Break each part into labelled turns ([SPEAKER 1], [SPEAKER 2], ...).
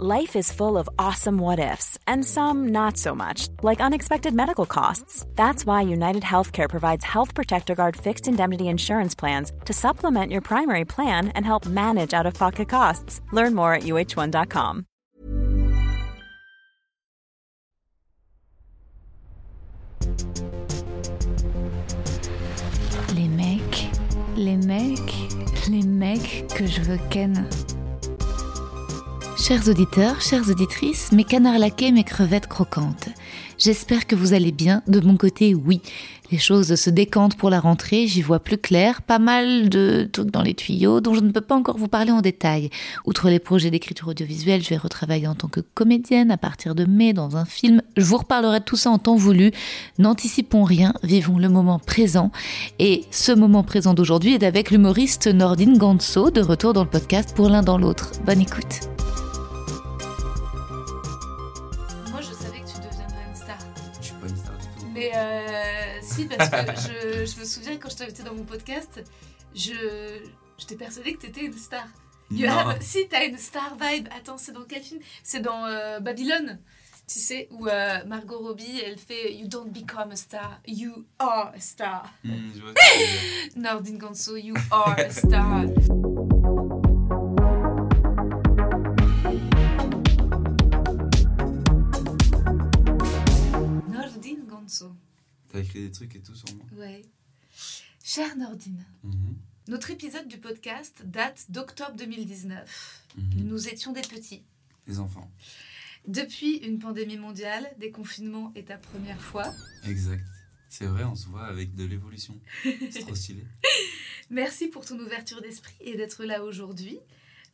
[SPEAKER 1] Life is full of awesome what ifs, and some not so much, like unexpected medical costs. That's why United Healthcare provides Health Protector Guard fixed indemnity insurance plans to supplement your primary plan and help manage out of pocket costs. Learn more at uh1.com.
[SPEAKER 2] Les mecs, les mecs, les mecs que je veux ken. Chers auditeurs, chères auditrices, mes canards laqués, mes crevettes croquantes. J'espère que vous allez bien. De mon côté, oui. Les choses se décantent pour la rentrée, j'y vois plus clair, pas mal de trucs dans les tuyaux dont je ne peux pas encore vous parler en détail. Outre les projets d'écriture audiovisuelle, je vais retravailler en tant que comédienne à partir de mai dans un film. Je vous reparlerai de tout ça en temps voulu. N'anticipons rien, vivons le moment présent. Et ce moment présent d'aujourd'hui est avec l'humoriste Nordine Ganso, de retour dans le podcast pour l'un dans l'autre. Bonne écoute.
[SPEAKER 3] Moi, je savais que tu deviendrais une star.
[SPEAKER 4] Je suis pas une star du tout.
[SPEAKER 3] Mais euh, si, parce que je, je me souviens quand je t'avais été dans mon podcast, je, je t'ai persuadé que t'étais une star. You
[SPEAKER 4] Non.
[SPEAKER 3] have- si, t'as une star vibe. Attends, c'est dans quel film C'est dans euh, Babylone, tu sais, où euh, Margot Robbie, elle fait You don't become a star, you are a star.
[SPEAKER 4] Hmm, je vois ce que tu veux dire.
[SPEAKER 3] Nordin Ganso, you are a star. Nordin Ganso.
[SPEAKER 4] T'as écrit des trucs et tout sur moi.
[SPEAKER 3] Ouais. Chère Nordine,
[SPEAKER 4] Mmh,
[SPEAKER 3] notre épisode du podcast date d'octobre 2019.
[SPEAKER 4] Mhm.
[SPEAKER 3] Nous étions des petits.
[SPEAKER 4] Les enfants.
[SPEAKER 3] Depuis une pandémie mondiale, déconfinement est ta première fois.
[SPEAKER 4] Exact. C'est vrai, on se voit avec de l'évolution. C'est trop stylé.
[SPEAKER 3] Merci pour ton ouverture d'esprit et d'être là aujourd'hui.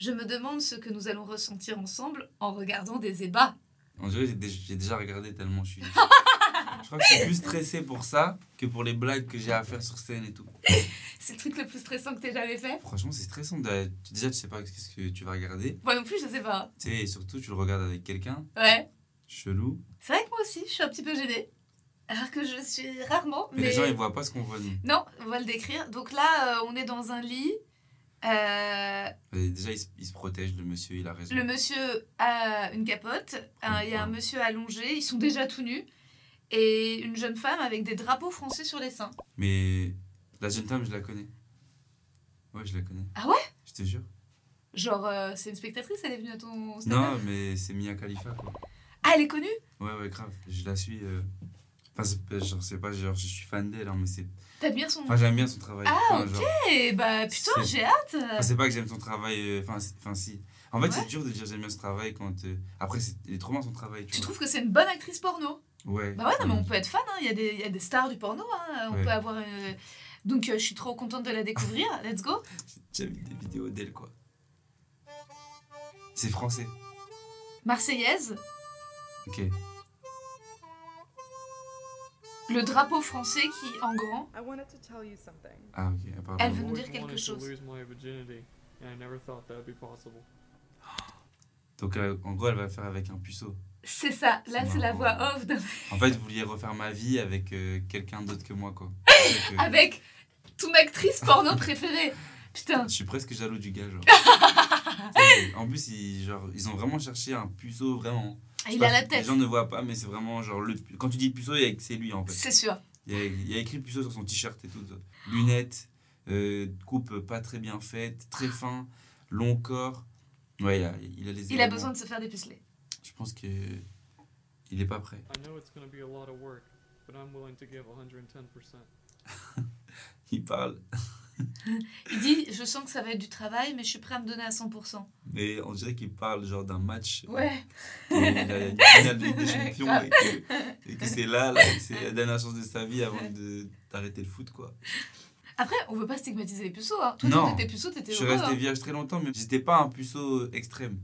[SPEAKER 3] Je me demande ce que nous allons ressentir ensemble en regardant des ébats.
[SPEAKER 4] On dirait que j'ai dé- j'ai déjà regardé tellement je suis. Je crois que je suis plus stressé pour ça que pour les blagues que j'ai à faire sur scène et tout.
[SPEAKER 3] C'est le truc le plus stressant que t'aies jamais fait.
[SPEAKER 4] Franchement, c'est stressant. de- Déjà, tu sais pas ce que tu vas regarder.
[SPEAKER 3] Moi non plus, je sais pas.
[SPEAKER 4] Tu sais, et surtout, tu le regardes avec quelqu'un.
[SPEAKER 3] Ouais.
[SPEAKER 4] Chelou.
[SPEAKER 3] C'est vrai que moi aussi, je suis un petit peu gênée. Alors que je suis rarement,
[SPEAKER 4] Mais
[SPEAKER 3] mais...
[SPEAKER 4] les gens, ils voient pas ce qu'on voit nous.
[SPEAKER 3] Non, on va le décrire. Donc là, euh, on est dans un lit. Euh,
[SPEAKER 4] Et Déjà, ils se, ils se protègent. Le monsieur, il a raison.
[SPEAKER 3] le monsieur a une capote. un- Il y a un monsieur allongé. Ils sont déjà tout nus. Et une jeune femme avec des drapeaux français sur les seins.
[SPEAKER 4] Mais la jeune femme, je la connais. Ouais, je la connais.
[SPEAKER 3] Ah ouais
[SPEAKER 4] Je te jure.
[SPEAKER 3] Genre, euh, c'est une spectatrice, elle est venue à ton stand-up
[SPEAKER 4] Non, mais c'est Mia Khalifa, quoi.
[SPEAKER 3] Ah, elle est connue
[SPEAKER 4] Ouais, ouais, grave. Je la suis. euh, Enfin, c'est pas, genre, c'est pas genre, je suis fan d'elle, hein, mais c'est.
[SPEAKER 3] T'admires son...
[SPEAKER 4] Enfin, j'aime bien son travail.
[SPEAKER 3] Ah,
[SPEAKER 4] Enfin,
[SPEAKER 3] ok.
[SPEAKER 4] genre-
[SPEAKER 3] Eh bah putain,
[SPEAKER 4] C'est-
[SPEAKER 3] j'ai hâte
[SPEAKER 4] enfin, c'est pas que j'aime son travail. euh, Enfin, c'est- enfin, si. En fait,
[SPEAKER 3] Ouais.
[SPEAKER 4] c'est dur de dire j'aime bien son travail quand. euh, Après, c'est... il est trop bien son travail.
[SPEAKER 3] Tu
[SPEAKER 4] vois.
[SPEAKER 3] trouves que c'est une bonne actrice porno
[SPEAKER 4] Ouais.
[SPEAKER 3] Bah ouais, non, mais on peut être fan, hein. il y, a des- il y a des stars du porno, hein. on
[SPEAKER 4] Mm. Ouais.
[SPEAKER 3] peut avoir... une- Donc euh, je suis trop contente de la découvrir, let's go
[SPEAKER 4] J'ai déjà vu des vidéos d'elle, quoi. C'est français.
[SPEAKER 3] Marseillaise,
[SPEAKER 4] Ok.
[SPEAKER 3] le drapeau français qui, en grand...
[SPEAKER 5] I wanted to tell you something.
[SPEAKER 4] Ah, ok. ah, pardon.
[SPEAKER 3] Elle
[SPEAKER 4] Elle
[SPEAKER 3] veut-
[SPEAKER 4] veut...
[SPEAKER 3] nous
[SPEAKER 5] Always
[SPEAKER 3] dire quelque
[SPEAKER 5] wanted
[SPEAKER 3] chose.
[SPEAKER 5] To lose my virginity, and I never thought that would be possible.
[SPEAKER 4] Donc, euh, en gros, elle va faire avec un puceau.
[SPEAKER 3] C'est ça, là
[SPEAKER 4] C'est
[SPEAKER 3] c'est la
[SPEAKER 4] marrant.
[SPEAKER 3] voix off d'un-
[SPEAKER 4] En fait, vous vouliez refaire ma vie avec euh, quelqu'un d'autre que moi, quoi. Donc, euh,
[SPEAKER 3] avec ton actrice porno préférée. Putain,
[SPEAKER 4] Je suis presque jaloux du gars, genre. en plus, ils, genre, ils ont vraiment cherché un puceau, vraiment.
[SPEAKER 3] Ah, il a la
[SPEAKER 4] Les
[SPEAKER 3] tête,
[SPEAKER 4] gens ne voient pas, mais c'est vraiment genre le. pu- Quand tu dis puceau, il y a- c'est lui en fait.
[SPEAKER 3] c'est sûr.
[SPEAKER 4] Il y a, il y a écrit puceau sur son t-shirt et tout. Lunettes, euh, coupe pas très bien faite, très fin, long corps. Ouais, il a, il a les.
[SPEAKER 3] Il a
[SPEAKER 4] éléments.
[SPEAKER 3] besoin de se faire dépuceler.
[SPEAKER 4] Je pense que il est pas prêt.
[SPEAKER 5] I know it's going to be a lot of work, but I'm willing to give 110%.
[SPEAKER 4] Il parle,
[SPEAKER 3] Il dit, je sens que ça va être du travail, mais je suis prêt à me donner à 100%.
[SPEAKER 4] mais on dirait qu'il parle genre d'un match.
[SPEAKER 3] Ouais.
[SPEAKER 4] Et il a une finale de Ligue des Champions
[SPEAKER 3] Grave.
[SPEAKER 4] et que, et que c'est là, là, que c'est la dernière chance de sa vie avant de d'arrêter le foot quoi.
[SPEAKER 3] Après, on veut pas stigmatiser les puceaux. Hein. Toi,
[SPEAKER 4] Non.
[SPEAKER 3] quand t'étais puceau, t'étais
[SPEAKER 4] Je suis
[SPEAKER 3] heureux.
[SPEAKER 4] resté
[SPEAKER 3] hein.
[SPEAKER 4] vierge très longtemps mais j'étais pas un puceau extrême.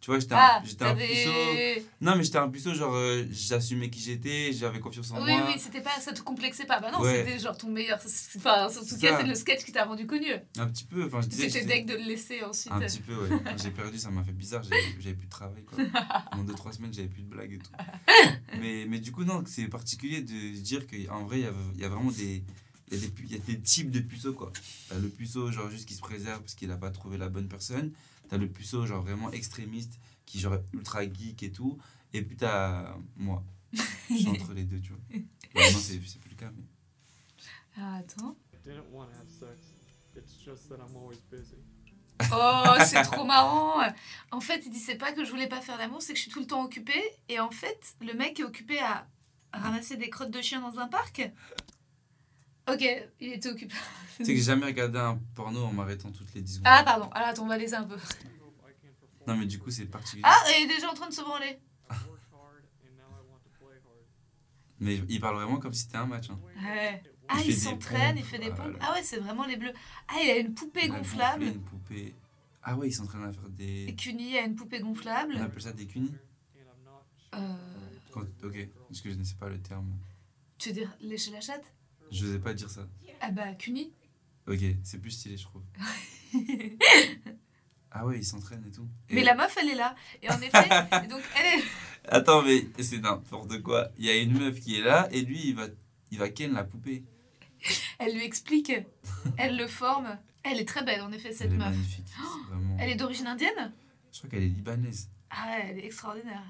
[SPEAKER 4] Tu vois, j'étais
[SPEAKER 3] Ah,
[SPEAKER 4] un, hein. j'étais un puceau.
[SPEAKER 3] t'avais...
[SPEAKER 4] Non, mais j'étais un puceau, genre, euh, j'assumais qui j'étais, j'avais confiance en
[SPEAKER 3] Oui,
[SPEAKER 4] moi.
[SPEAKER 3] oui, c'était pas... Ça te complexait pas. Bah non,
[SPEAKER 4] Ouais.
[SPEAKER 3] c'était genre ton meilleur... Enfin, en tout
[SPEAKER 4] C'est
[SPEAKER 3] cas,
[SPEAKER 4] ça.
[SPEAKER 3] c'est le sketch qui t'a rendu connu.
[SPEAKER 4] Un petit peu, enfin, je disais.
[SPEAKER 3] C'était
[SPEAKER 4] j'étais-
[SPEAKER 3] deg de le laisser ensuite.
[SPEAKER 4] Un petit peu, ouais. Quand j'ai perdu, ça m'a fait bizarre. J'avais j'avais plus de travail, quoi. En deux, trois semaines, j'avais plus de blagues et tout. Mais, mais du coup, non, c'est particulier de dire qu'en vrai, il y a, il y a vraiment des. Il y, a des, pu- il y a des types de puceaux, quoi. T'as le puceau, genre, juste qui se préserve parce qu'il n'a pas trouvé la bonne personne. T'as le puceau, genre, vraiment extrémiste, qui, genre, est ultra geek et tout. Et puis, t'as moi. Je suis entre les deux, tu vois. Maintenant, c'est c'est plus le cas, mais.
[SPEAKER 3] Ah, attends.
[SPEAKER 5] I didn't want to have sex. It's just that I'm always busy.
[SPEAKER 3] Oh, c'est trop marrant. En fait, il dit c'est pas que je voulais pas faire l'amour, c'est que je suis tout le temps occupée. Et en fait, le mec est occupé à ramasser des crottes de chien dans un parc. Ok, il était occupé.
[SPEAKER 4] Tu sais que j'ai jamais regardé un porno en m'arrêtant toutes les 10 secondes.
[SPEAKER 3] Ah, pardon. Alors, attends, on va laisser un peu.
[SPEAKER 5] I can't perform.
[SPEAKER 4] Non, mais du coup, c'est particulier.
[SPEAKER 3] Ah, et il est déjà en train de se branler.
[SPEAKER 5] I worked hard and now I want to play hard.
[SPEAKER 4] Mais il parle vraiment comme si c'était un match. hein.
[SPEAKER 5] Wait,
[SPEAKER 3] Ouais.
[SPEAKER 5] it
[SPEAKER 3] Ah,
[SPEAKER 4] Il fait
[SPEAKER 3] il
[SPEAKER 4] des
[SPEAKER 3] s'entraîne, il
[SPEAKER 4] pompes,
[SPEAKER 3] fait des pompes.
[SPEAKER 4] voilà.
[SPEAKER 3] Ah ouais, c'est vraiment les bleus. Ah, il a une poupée
[SPEAKER 4] On a gonflé
[SPEAKER 3] gonflable.
[SPEAKER 4] Une poupée. Ah ouais, ils sont en train de faire des.
[SPEAKER 3] Cuny a une poupée gonflable.
[SPEAKER 4] On appelle ça des cunis
[SPEAKER 5] and I'm not sure
[SPEAKER 3] Euh,
[SPEAKER 4] Quand- Ok, parce que je ne sais pas le terme.
[SPEAKER 3] tu veux dire lécher la chatte
[SPEAKER 4] Je n'osais pas dire ça.
[SPEAKER 3] Ah bah, Cuny.
[SPEAKER 4] Ok, c'est plus stylé, je trouve. Ah ouais, ils s'entraînent et tout. Et-
[SPEAKER 3] Mais la meuf, elle est là. Et en effet, et donc elle est.
[SPEAKER 4] Attends, mais c'est n'importe quoi. Il y a une meuf qui est là et lui, il va, il va ken la poupée.
[SPEAKER 3] Elle lui explique, elle le forme. Elle est très belle en effet cette
[SPEAKER 4] Elle est
[SPEAKER 3] meuf. Oh,
[SPEAKER 4] magnifique. c'est Vraiment...
[SPEAKER 3] Elle est d'origine indienne
[SPEAKER 4] Je crois qu'elle est libanaise.
[SPEAKER 3] Ah ouais, elle est extraordinaire.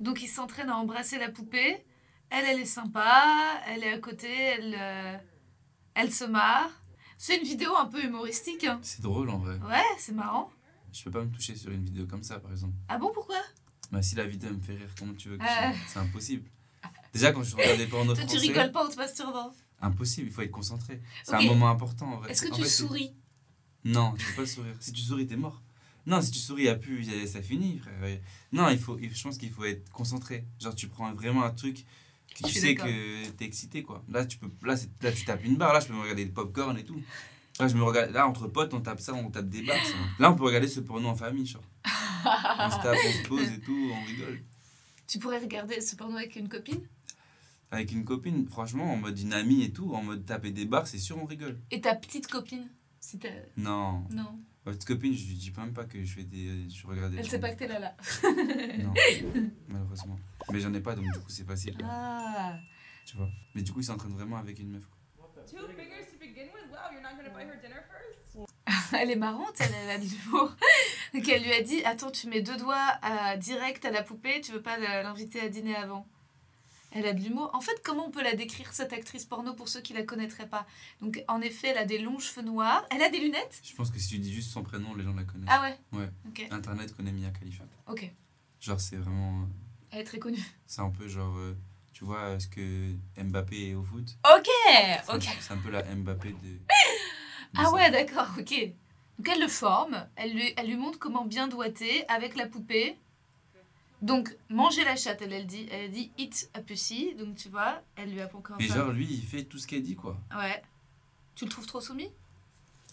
[SPEAKER 3] Donc il s'entraîne à embrasser la poupée. Elle, elle est sympa, elle est à côté, elle, euh, elle se marre. C'est une vidéo un peu humoristique. hein.
[SPEAKER 4] C'est drôle en vrai.
[SPEAKER 3] Ouais, c'est marrant.
[SPEAKER 4] Je peux pas me toucher sur une vidéo comme ça, par exemple.
[SPEAKER 3] Ah bon, pourquoi
[SPEAKER 4] Bah, si la vidéo me fait rire, comment tu veux que
[SPEAKER 3] Ah.
[SPEAKER 4] je... C'est impossible. Déjà, quand je regarde des pornos
[SPEAKER 3] Toi, tu
[SPEAKER 4] français...
[SPEAKER 3] rigoles pas en te masturbant.
[SPEAKER 4] Impossible, il faut être concentré. C'est
[SPEAKER 3] Ok.
[SPEAKER 4] un moment important en vrai.
[SPEAKER 3] Est-ce que
[SPEAKER 4] Bah, En
[SPEAKER 3] tu
[SPEAKER 4] fait, c'est-
[SPEAKER 3] souris
[SPEAKER 4] Non, tu peux pas sourire. Si tu souris, t'es mort. Non, si tu souris, y a plus, y a- ça finit, frère. Non, il faut, il- je pense qu'il faut être concentré. Genre, tu prends vraiment un truc que
[SPEAKER 3] Ah, Je
[SPEAKER 4] tu
[SPEAKER 3] suis
[SPEAKER 4] sais
[SPEAKER 3] d'accord.
[SPEAKER 4] que t'es excité, quoi. Là, tu peux, là, c'est- là, tu tapes une barre. Là, je peux me regarder des pop-corn et tout. Là, je me regarde, là, entre potes, on tape ça, on tape des barres. ça. Là, on peut regarder ce porno en famille, genre. On se tape, on se pose et tout, on rigole.
[SPEAKER 3] Tu pourrais regarder ce porno avec une copine
[SPEAKER 4] Avec une copine, franchement, en mode une amie et tout, en mode taper des barres, c'est sûr, on rigole.
[SPEAKER 3] Et ta petite copine si t'as...
[SPEAKER 4] Non.
[SPEAKER 3] Non,
[SPEAKER 4] Ma petite copine, je lui dis pas même pas que je fais des. Je regarde des
[SPEAKER 3] elle sait
[SPEAKER 4] films.
[SPEAKER 3] pas que t'es là là.
[SPEAKER 4] Non, malheureusement. Mais j'en ai pas, donc du coup, c'est facile.
[SPEAKER 3] Ah
[SPEAKER 4] Tu vois. Mais du coup, ils s'entraînent vraiment avec une meuf. quoi.
[SPEAKER 6] Two fingers to begin with? Wow, you're not gonna buy her dinner first?
[SPEAKER 3] Elle est marrante, elle, elle a de l'humour. Donc elle lui a dit Attends, tu mets deux doigts à- direct à la poupée, tu veux pas la- l'inviter à dîner avant Elle a de l'humour. En fait, comment on peut la décrire, cette actrice porno, pour ceux qui la connaîtraient pas Donc en effet, elle a des longs cheveux noirs. Elle a des lunettes
[SPEAKER 4] Je pense que si tu dis juste son prénom, les gens la connaissent.
[SPEAKER 3] Ah ouais
[SPEAKER 4] Ouais.
[SPEAKER 3] Ok,
[SPEAKER 4] Internet connaît Mia Khalifa.
[SPEAKER 3] ok.
[SPEAKER 4] Genre, c'est vraiment. euh,
[SPEAKER 3] Elle est très connue.
[SPEAKER 4] C'est un peu genre. euh, tu vois euh, ce que Mbappé est au foot
[SPEAKER 3] Ok
[SPEAKER 4] C'est un- C'est un peu la Mbappé de. de
[SPEAKER 3] Ah
[SPEAKER 4] ça.
[SPEAKER 3] ouais, d'accord, ok. Donc elle le forme, elle lui, elle lui montre comment bien doiter avec la poupée. Donc, manger la chatte, elle, elle dit, elle a dit eat a pussy, donc tu vois, elle lui apprend encore
[SPEAKER 4] Mais
[SPEAKER 3] ça.
[SPEAKER 4] genre, lui, il fait tout ce qu'elle dit, quoi.
[SPEAKER 3] Ouais. Tu le trouves trop soumis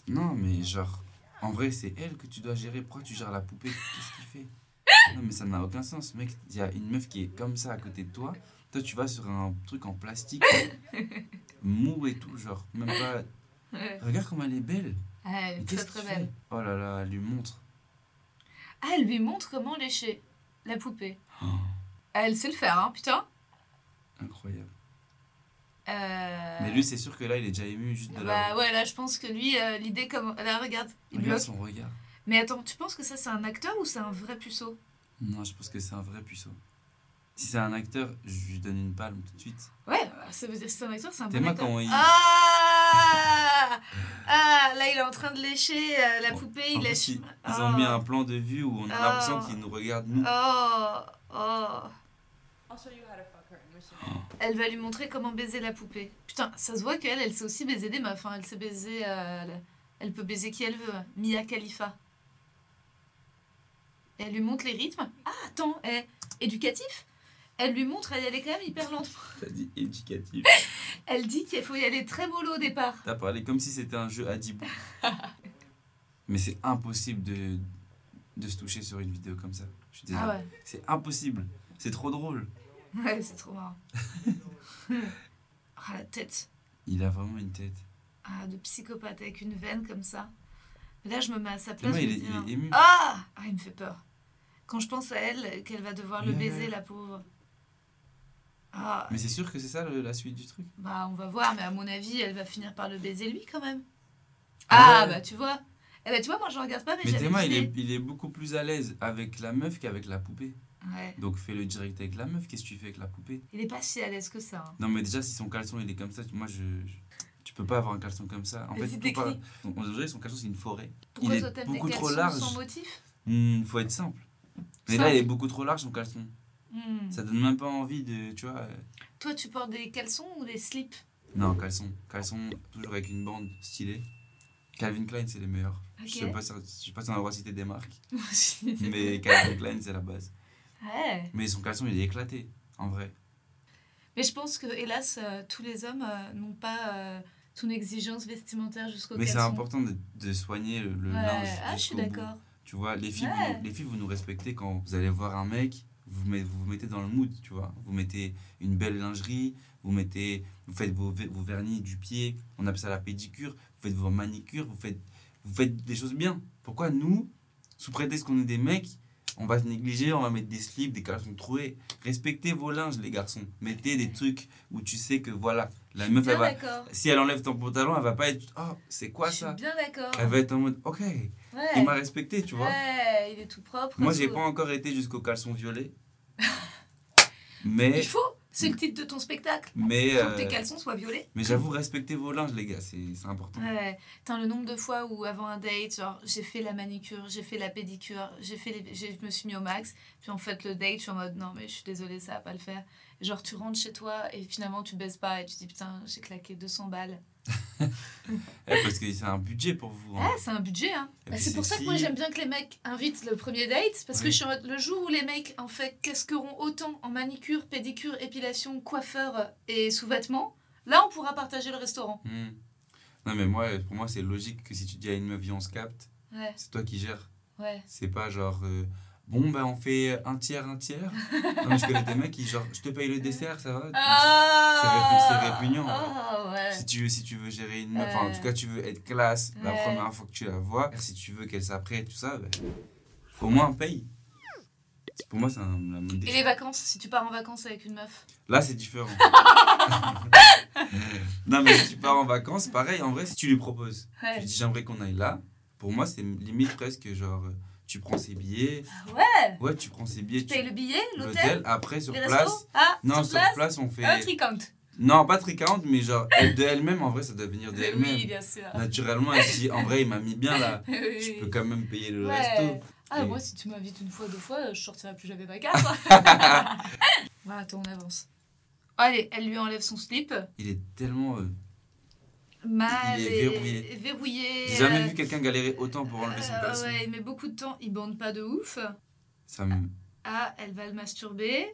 [SPEAKER 4] Non, mais genre. En vrai, c'est elle que tu dois gérer. Pourquoi tu gères la poupée Qu'est-ce qu'il fait Non, mais ça n'a aucun sens. Mec, il y a une meuf qui est comme ça à côté de toi. Toi, tu vas sur un truc en plastique, mou et tout, genre. Même pas.
[SPEAKER 3] Ouais.
[SPEAKER 4] Regarde comme elle est belle.
[SPEAKER 3] Ah, Elle
[SPEAKER 4] Mais
[SPEAKER 3] est
[SPEAKER 4] qu'est-ce
[SPEAKER 3] très très
[SPEAKER 4] qu'il fait
[SPEAKER 3] belle.
[SPEAKER 4] Oh là là, elle lui montre.
[SPEAKER 3] Ah, elle lui montre comment lécher la poupée.
[SPEAKER 4] Oh,
[SPEAKER 3] Elle sait le faire, hein, putain.
[SPEAKER 4] incroyable.
[SPEAKER 3] Euh,
[SPEAKER 4] Mais lui, c'est sûr que là, il est déjà ému juste de la.
[SPEAKER 3] Bah ouais, là je pense que lui, euh, l'idée comme. Là, regarde. Il
[SPEAKER 4] Regarde
[SPEAKER 3] bloque.
[SPEAKER 4] son regard.
[SPEAKER 3] Mais attends, tu penses que ça c'est un acteur ou c'est un vrai puceau
[SPEAKER 4] Non, je pense que c'est un vrai puceau. Si c'est un acteur, je lui donne une palme tout de suite.
[SPEAKER 3] Ouais, bah, ça veut dire que c'est un acteur, c'est un bon
[SPEAKER 4] T'aimes
[SPEAKER 3] acteur.
[SPEAKER 4] quand il.
[SPEAKER 3] Ah Ah Là, il est en train de lécher euh, la
[SPEAKER 4] En-
[SPEAKER 3] poupée,
[SPEAKER 4] En
[SPEAKER 3] il lèche.
[SPEAKER 4] plus, ils, ils
[SPEAKER 3] Oh.
[SPEAKER 4] ont mis un plan de vue où on a
[SPEAKER 3] Ah.
[SPEAKER 4] l'impression qu'ils nous regardent, nous.
[SPEAKER 3] Oh Oh
[SPEAKER 6] I'll show you how to fuck her in Michigan.
[SPEAKER 3] Elle va lui montrer comment baiser la poupée. Putain, ça se voit qu'elle, elle sait aussi baiser des meufs. hein. Elle sait baiser. euh, la- elle peut baiser qui elle veut. hein. Mia Khalifa. Et elle lui montre les rythmes. Ah, attends, eh, éducatif Elle lui montre, elle, elle est quand même hyper lente.
[SPEAKER 4] T'as dit éducatif.
[SPEAKER 3] Elle dit qu'il faut y aller très mollo au départ.
[SPEAKER 4] T'as parlé comme si c'était un jeu à 10 bouts. Mais c'est impossible de de se toucher sur une vidéo comme ça. Je suis désolé.
[SPEAKER 3] Ah ouais.
[SPEAKER 4] C'est impossible. C'est trop drôle.
[SPEAKER 3] Ouais, c'est trop marrant. ah, la tête
[SPEAKER 4] Il a vraiment une tête.
[SPEAKER 3] ah, de psychopathe avec une veine comme ça. Mais là, je me mets à sa place.
[SPEAKER 4] Tellement
[SPEAKER 3] je
[SPEAKER 4] il
[SPEAKER 3] me
[SPEAKER 4] est,
[SPEAKER 3] dis,
[SPEAKER 4] il
[SPEAKER 3] non.
[SPEAKER 4] est ému.
[SPEAKER 3] ah, ah, il me fait peur. Quand je pense à elle, qu'elle va devoir le
[SPEAKER 4] Ouais.
[SPEAKER 3] baiser, la pauvre. Ah,
[SPEAKER 4] Mais c'est sûr que c'est ça le- la suite du truc.
[SPEAKER 3] bah on va voir, mais à mon avis, elle va finir par le baiser lui quand même.
[SPEAKER 4] Ah
[SPEAKER 3] Ah,
[SPEAKER 4] ouais.
[SPEAKER 3] bah tu vois. Eh bah tu vois, moi je regarde pas, mais,
[SPEAKER 4] Mais
[SPEAKER 3] j'avais
[SPEAKER 4] Théma, il
[SPEAKER 3] l'idée.
[SPEAKER 4] est, il est beaucoup plus à l'aise avec la meuf qu'avec la poupée.
[SPEAKER 3] Ouais.
[SPEAKER 4] Donc fais-le direct avec la meuf. Qu'est-ce que tu fais avec la poupée
[SPEAKER 3] Il est pas si à l'aise que ça. hein.
[SPEAKER 4] Non, mais déjà, si son caleçon il est comme ça, tu- moi je. je- Tu peux pas avoir un caleçon comme ça. En
[SPEAKER 3] Mais
[SPEAKER 4] fait,
[SPEAKER 3] c'est
[SPEAKER 4] il faut pas-
[SPEAKER 3] décrit.
[SPEAKER 4] on on dirait que son caleçon c'est une forêt.
[SPEAKER 3] Pourquoi
[SPEAKER 4] est
[SPEAKER 3] toi t'aimes
[SPEAKER 4] beaucoup
[SPEAKER 3] tes
[SPEAKER 4] trop
[SPEAKER 3] caleçons
[SPEAKER 4] large.
[SPEAKER 3] sans motif
[SPEAKER 4] Il Hmm, faut être simple. Mais là,
[SPEAKER 3] Simple.
[SPEAKER 4] il est beaucoup trop large son caleçon.
[SPEAKER 3] Hmm.
[SPEAKER 4] Ça donne même pas envie de. Tu vois. euh,
[SPEAKER 3] Toi, tu portes des caleçons ou des slips
[SPEAKER 4] Non, caleçon. Caleçon, toujours avec une bande stylée. Calvin Klein, c'est les meilleurs.
[SPEAKER 3] Ok.
[SPEAKER 4] Je sais pas si je sais pas si on a le droit de citer des marques,
[SPEAKER 3] mais...
[SPEAKER 4] mais Calvin Klein, c'est la base.
[SPEAKER 3] Ouais.
[SPEAKER 4] Mais son caleçon, il est éclaté, en vrai.
[SPEAKER 3] Mais je pense que, hélas, euh, tous les hommes euh, n'ont pas euh, ton exigence vestimentaire jusqu'au
[SPEAKER 4] mais c'est
[SPEAKER 3] caleçon.
[SPEAKER 4] important de, de soigner le, le
[SPEAKER 3] Ouais.
[SPEAKER 4] linge.
[SPEAKER 3] Ah, je suis
[SPEAKER 4] jusqu'au bout.
[SPEAKER 3] d'accord.
[SPEAKER 4] Tu vois, les filles,
[SPEAKER 3] Ouais.
[SPEAKER 4] vous, les filles, vous nous respectez quand vous allez voir un mec, vous met- vous, vous mettez dans le mood, tu vois. Vous mettez une belle lingerie, vous mettez, vous faites vos, ve- vos vernis du pied, on appelle ça la pédicure, vous faites vos manicures, vous faites, vous faites des choses bien. Pourquoi nous, sous prétexte qu'on est des mecs, on va se négliger, on va mettre des slips, des caleçons troués. Respectez vos linges, les garçons. Mettez des trucs où tu sais que voilà, la meuf,
[SPEAKER 3] Bien
[SPEAKER 4] elle va,
[SPEAKER 3] d'accord.
[SPEAKER 4] si elle enlève ton pantalon, elle va pas être, oh, c'est quoi
[SPEAKER 3] je suis
[SPEAKER 4] ça
[SPEAKER 3] bien d'accord.
[SPEAKER 4] Elle va être en mode, ok,
[SPEAKER 3] Ouais.
[SPEAKER 4] il m'a respecté, tu vois.
[SPEAKER 3] Ouais, il est tout propre.
[SPEAKER 4] Moi,
[SPEAKER 3] tout.
[SPEAKER 4] j'ai pas encore été jusqu'au caleçon violet. mais
[SPEAKER 3] Il faut C'est le titre de ton spectacle.
[SPEAKER 4] mais
[SPEAKER 3] Il faut
[SPEAKER 4] euh,
[SPEAKER 3] que tes caleçons soient violets.
[SPEAKER 4] mais j'avoue respectez vos linges les gars, c'est c'est important.
[SPEAKER 3] Ouais. Putain, le nombre de fois où avant un date, genre j'ai fait la manicure, j'ai fait la pédicure, j'ai fait les... j'ai- je me suis mis au max, puis en fait le date, je suis en mode non mais je suis désolée, ça va pas le faire. Genre tu rentres chez toi et finalement tu baisses pas et tu te dis putain, j'ai claqué 200 balles.
[SPEAKER 4] Eh, parce que c'est un budget pour vous. hein.
[SPEAKER 3] Ah, c'est un budget hein.
[SPEAKER 4] Et
[SPEAKER 3] Bah,
[SPEAKER 4] puis
[SPEAKER 3] c'est pour ça que moi
[SPEAKER 4] Eh ben, si-
[SPEAKER 3] j'aime bien que les mecs invitent le premier date parce que
[SPEAKER 4] Oui.
[SPEAKER 3] je suis en mode le jour où les mecs en fait casqueront autant en manicure, pédicure, épilation, coiffeur euh, et sous-vêtements, là on pourra partager le restaurant.
[SPEAKER 4] Hmm. Non mais moi pour moi c'est logique que si tu dis à une meuf viens, on se capte,
[SPEAKER 3] Ouais,
[SPEAKER 4] c'est toi qui gères.
[SPEAKER 3] ouais.
[SPEAKER 4] C'est pas genre euh, bon ben on fait un tiers un tiers. non, mais je connais des mecs qui genre je te paye le dessert, ça va
[SPEAKER 3] Ah
[SPEAKER 4] c'est répugnant, ouais.
[SPEAKER 3] Ah ouais.
[SPEAKER 4] Si tu, veux, si tu veux gérer une meuf, enfin, en
[SPEAKER 3] Ouais.
[SPEAKER 4] tout cas, tu veux être classe la
[SPEAKER 3] Ouais.
[SPEAKER 4] première fois que tu la vois, si tu veux qu'elle s'apprête, tout ça, ben, au moins paye. C'est- Pour moi, c'est un- la même
[SPEAKER 3] Et
[SPEAKER 4] décision.
[SPEAKER 3] les vacances, si tu pars en vacances avec une meuf.
[SPEAKER 4] Là, c'est différent. non, mais si tu pars en vacances, pareil, en vrai, si tu lui proposes, tu
[SPEAKER 3] Ouais.
[SPEAKER 4] lui dis j'aimerais qu'on aille là, pour moi, c'est limite presque genre, euh, tu prends ses billets.
[SPEAKER 3] Ah ouais.
[SPEAKER 4] Ouais, tu prends ses billets,
[SPEAKER 3] Tu payes le billet, l'hôtel,
[SPEAKER 4] l'hôtel, après, sur
[SPEAKER 3] les
[SPEAKER 4] place.
[SPEAKER 3] restos. Ah,
[SPEAKER 4] Non,
[SPEAKER 3] sur
[SPEAKER 4] sur
[SPEAKER 3] place, Ah,
[SPEAKER 4] place, on
[SPEAKER 3] un
[SPEAKER 4] fait.
[SPEAKER 3] tricount.
[SPEAKER 4] Non, pas trick out, mais genre, elle- de elle-même, en vrai, ça doit venir de elle-même.
[SPEAKER 3] Oui, bien sûr.
[SPEAKER 4] Naturellement, elle se dit en vrai, il m'a mis bien là.
[SPEAKER 3] Oui.
[SPEAKER 4] Je peux quand même payer le
[SPEAKER 3] Ouais.
[SPEAKER 4] resto.
[SPEAKER 3] Ah,
[SPEAKER 4] Et-
[SPEAKER 3] moi, si tu m'invites une fois, deux fois, euh, je sortirai plus jamais ma carte. Ouais, attends, on avance. Allez, elle lui enlève son slip.
[SPEAKER 4] Il est tellement. euh,
[SPEAKER 3] Mal
[SPEAKER 4] Il est
[SPEAKER 3] et-
[SPEAKER 4] verrouillé.
[SPEAKER 3] verrouillé,
[SPEAKER 4] J'ai jamais
[SPEAKER 3] euh,
[SPEAKER 4] vu quelqu'un galérer autant pour enlever son
[SPEAKER 3] euh,
[SPEAKER 4] caleçon.
[SPEAKER 3] ouais, il met beaucoup de temps. Il bande pas de ouf.
[SPEAKER 4] Ça me.
[SPEAKER 3] Ah, elle va le masturber.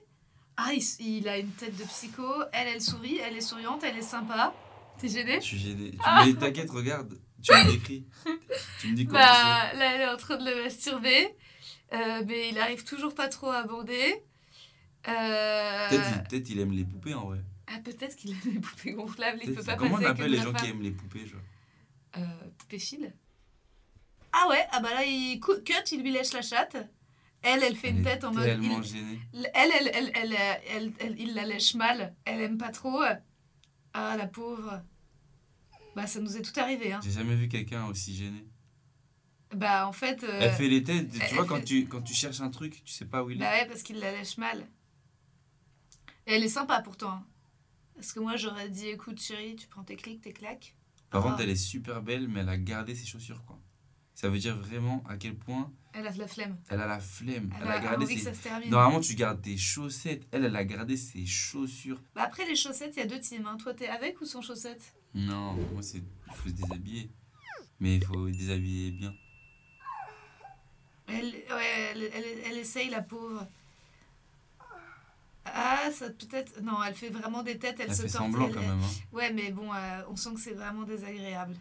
[SPEAKER 3] Ah, il, s- il a une tête de psycho. Elle, elle sourit. Elle est souriante. Elle est sympa. T'es gênée
[SPEAKER 4] Je suis gêné. Tu
[SPEAKER 3] Ah.
[SPEAKER 4] Mais t'inquiète, regarde. Tu me décris. Tu me dis quoi
[SPEAKER 3] Bah, là, elle est en train de le masturber. Euh, mais il arrive toujours pas trop à bander. Euh,
[SPEAKER 4] Peut-être il, peut-être il aime les poupées en vrai.
[SPEAKER 3] ah, peut-être qu'il a les poupées gonflables. Il peut
[SPEAKER 4] Peut-être-
[SPEAKER 3] pas
[SPEAKER 4] Comment
[SPEAKER 3] passer
[SPEAKER 4] on
[SPEAKER 3] avec une
[SPEAKER 4] appelle les
[SPEAKER 3] vraie
[SPEAKER 4] gens qui
[SPEAKER 3] femme.
[SPEAKER 4] aiment les poupées genre
[SPEAKER 3] Euh, poupée fil. Ah ouais, ah bah là, il cou- cut, il lui lèche la chatte. Elle, elle fait une
[SPEAKER 4] Elle est
[SPEAKER 3] tête en mode.
[SPEAKER 4] Tellement
[SPEAKER 3] il-
[SPEAKER 4] gênée.
[SPEAKER 3] Elle, elle, elle, elle, elle, elle- elle- il la lèche mal. Elle aime pas trop. Ah, la pauvre. Bah, ça nous est tout arrivé. Hein.
[SPEAKER 4] J'ai jamais vu quelqu'un aussi gêné.
[SPEAKER 3] Bah, en fait. euh,
[SPEAKER 4] Elle fait les têtes. Tu
[SPEAKER 3] elle
[SPEAKER 4] vois,
[SPEAKER 3] fait-
[SPEAKER 4] quand tu, quand tu cherches un truc, tu sais pas où il est.
[SPEAKER 3] Bah ouais, parce qu'il la lèche mal. Et elle est sympa pourtant. hein. Parce que moi, j'aurais dit écoute, chérie, tu prends tes clics, tes claques.
[SPEAKER 4] Par
[SPEAKER 3] Ah.
[SPEAKER 4] contre, elle est super belle, mais elle a gardé ses chaussures quoi. Ça veut dire vraiment à quel point
[SPEAKER 3] Elle a de la flemme.
[SPEAKER 4] elle a la flemme.
[SPEAKER 3] Elle,
[SPEAKER 4] Elle, a,
[SPEAKER 3] a,
[SPEAKER 4] gardé
[SPEAKER 3] envie
[SPEAKER 4] ses
[SPEAKER 3] que ça se termine.
[SPEAKER 4] Normalement, tu gardes tes chaussettes. Elle, elle a gardé ses chaussures.
[SPEAKER 3] Bah, après, les chaussettes, il y a deux teams. hein. Toi, t'es avec ou sans chaussettes
[SPEAKER 4] Non, moi, c'est. Il faut se déshabiller. Mais il faut déshabiller bien.
[SPEAKER 3] Elle, ouais, elle, elle- elle essaye, la pauvre. Ah, ça peut-être. Non, elle fait vraiment des têtes, elle,
[SPEAKER 4] Elle
[SPEAKER 3] se
[SPEAKER 4] fait
[SPEAKER 3] tente.
[SPEAKER 4] semblant
[SPEAKER 3] elle-
[SPEAKER 4] quand même. hein.
[SPEAKER 3] Ouais, mais bon, euh, on sent que c'est vraiment désagréable.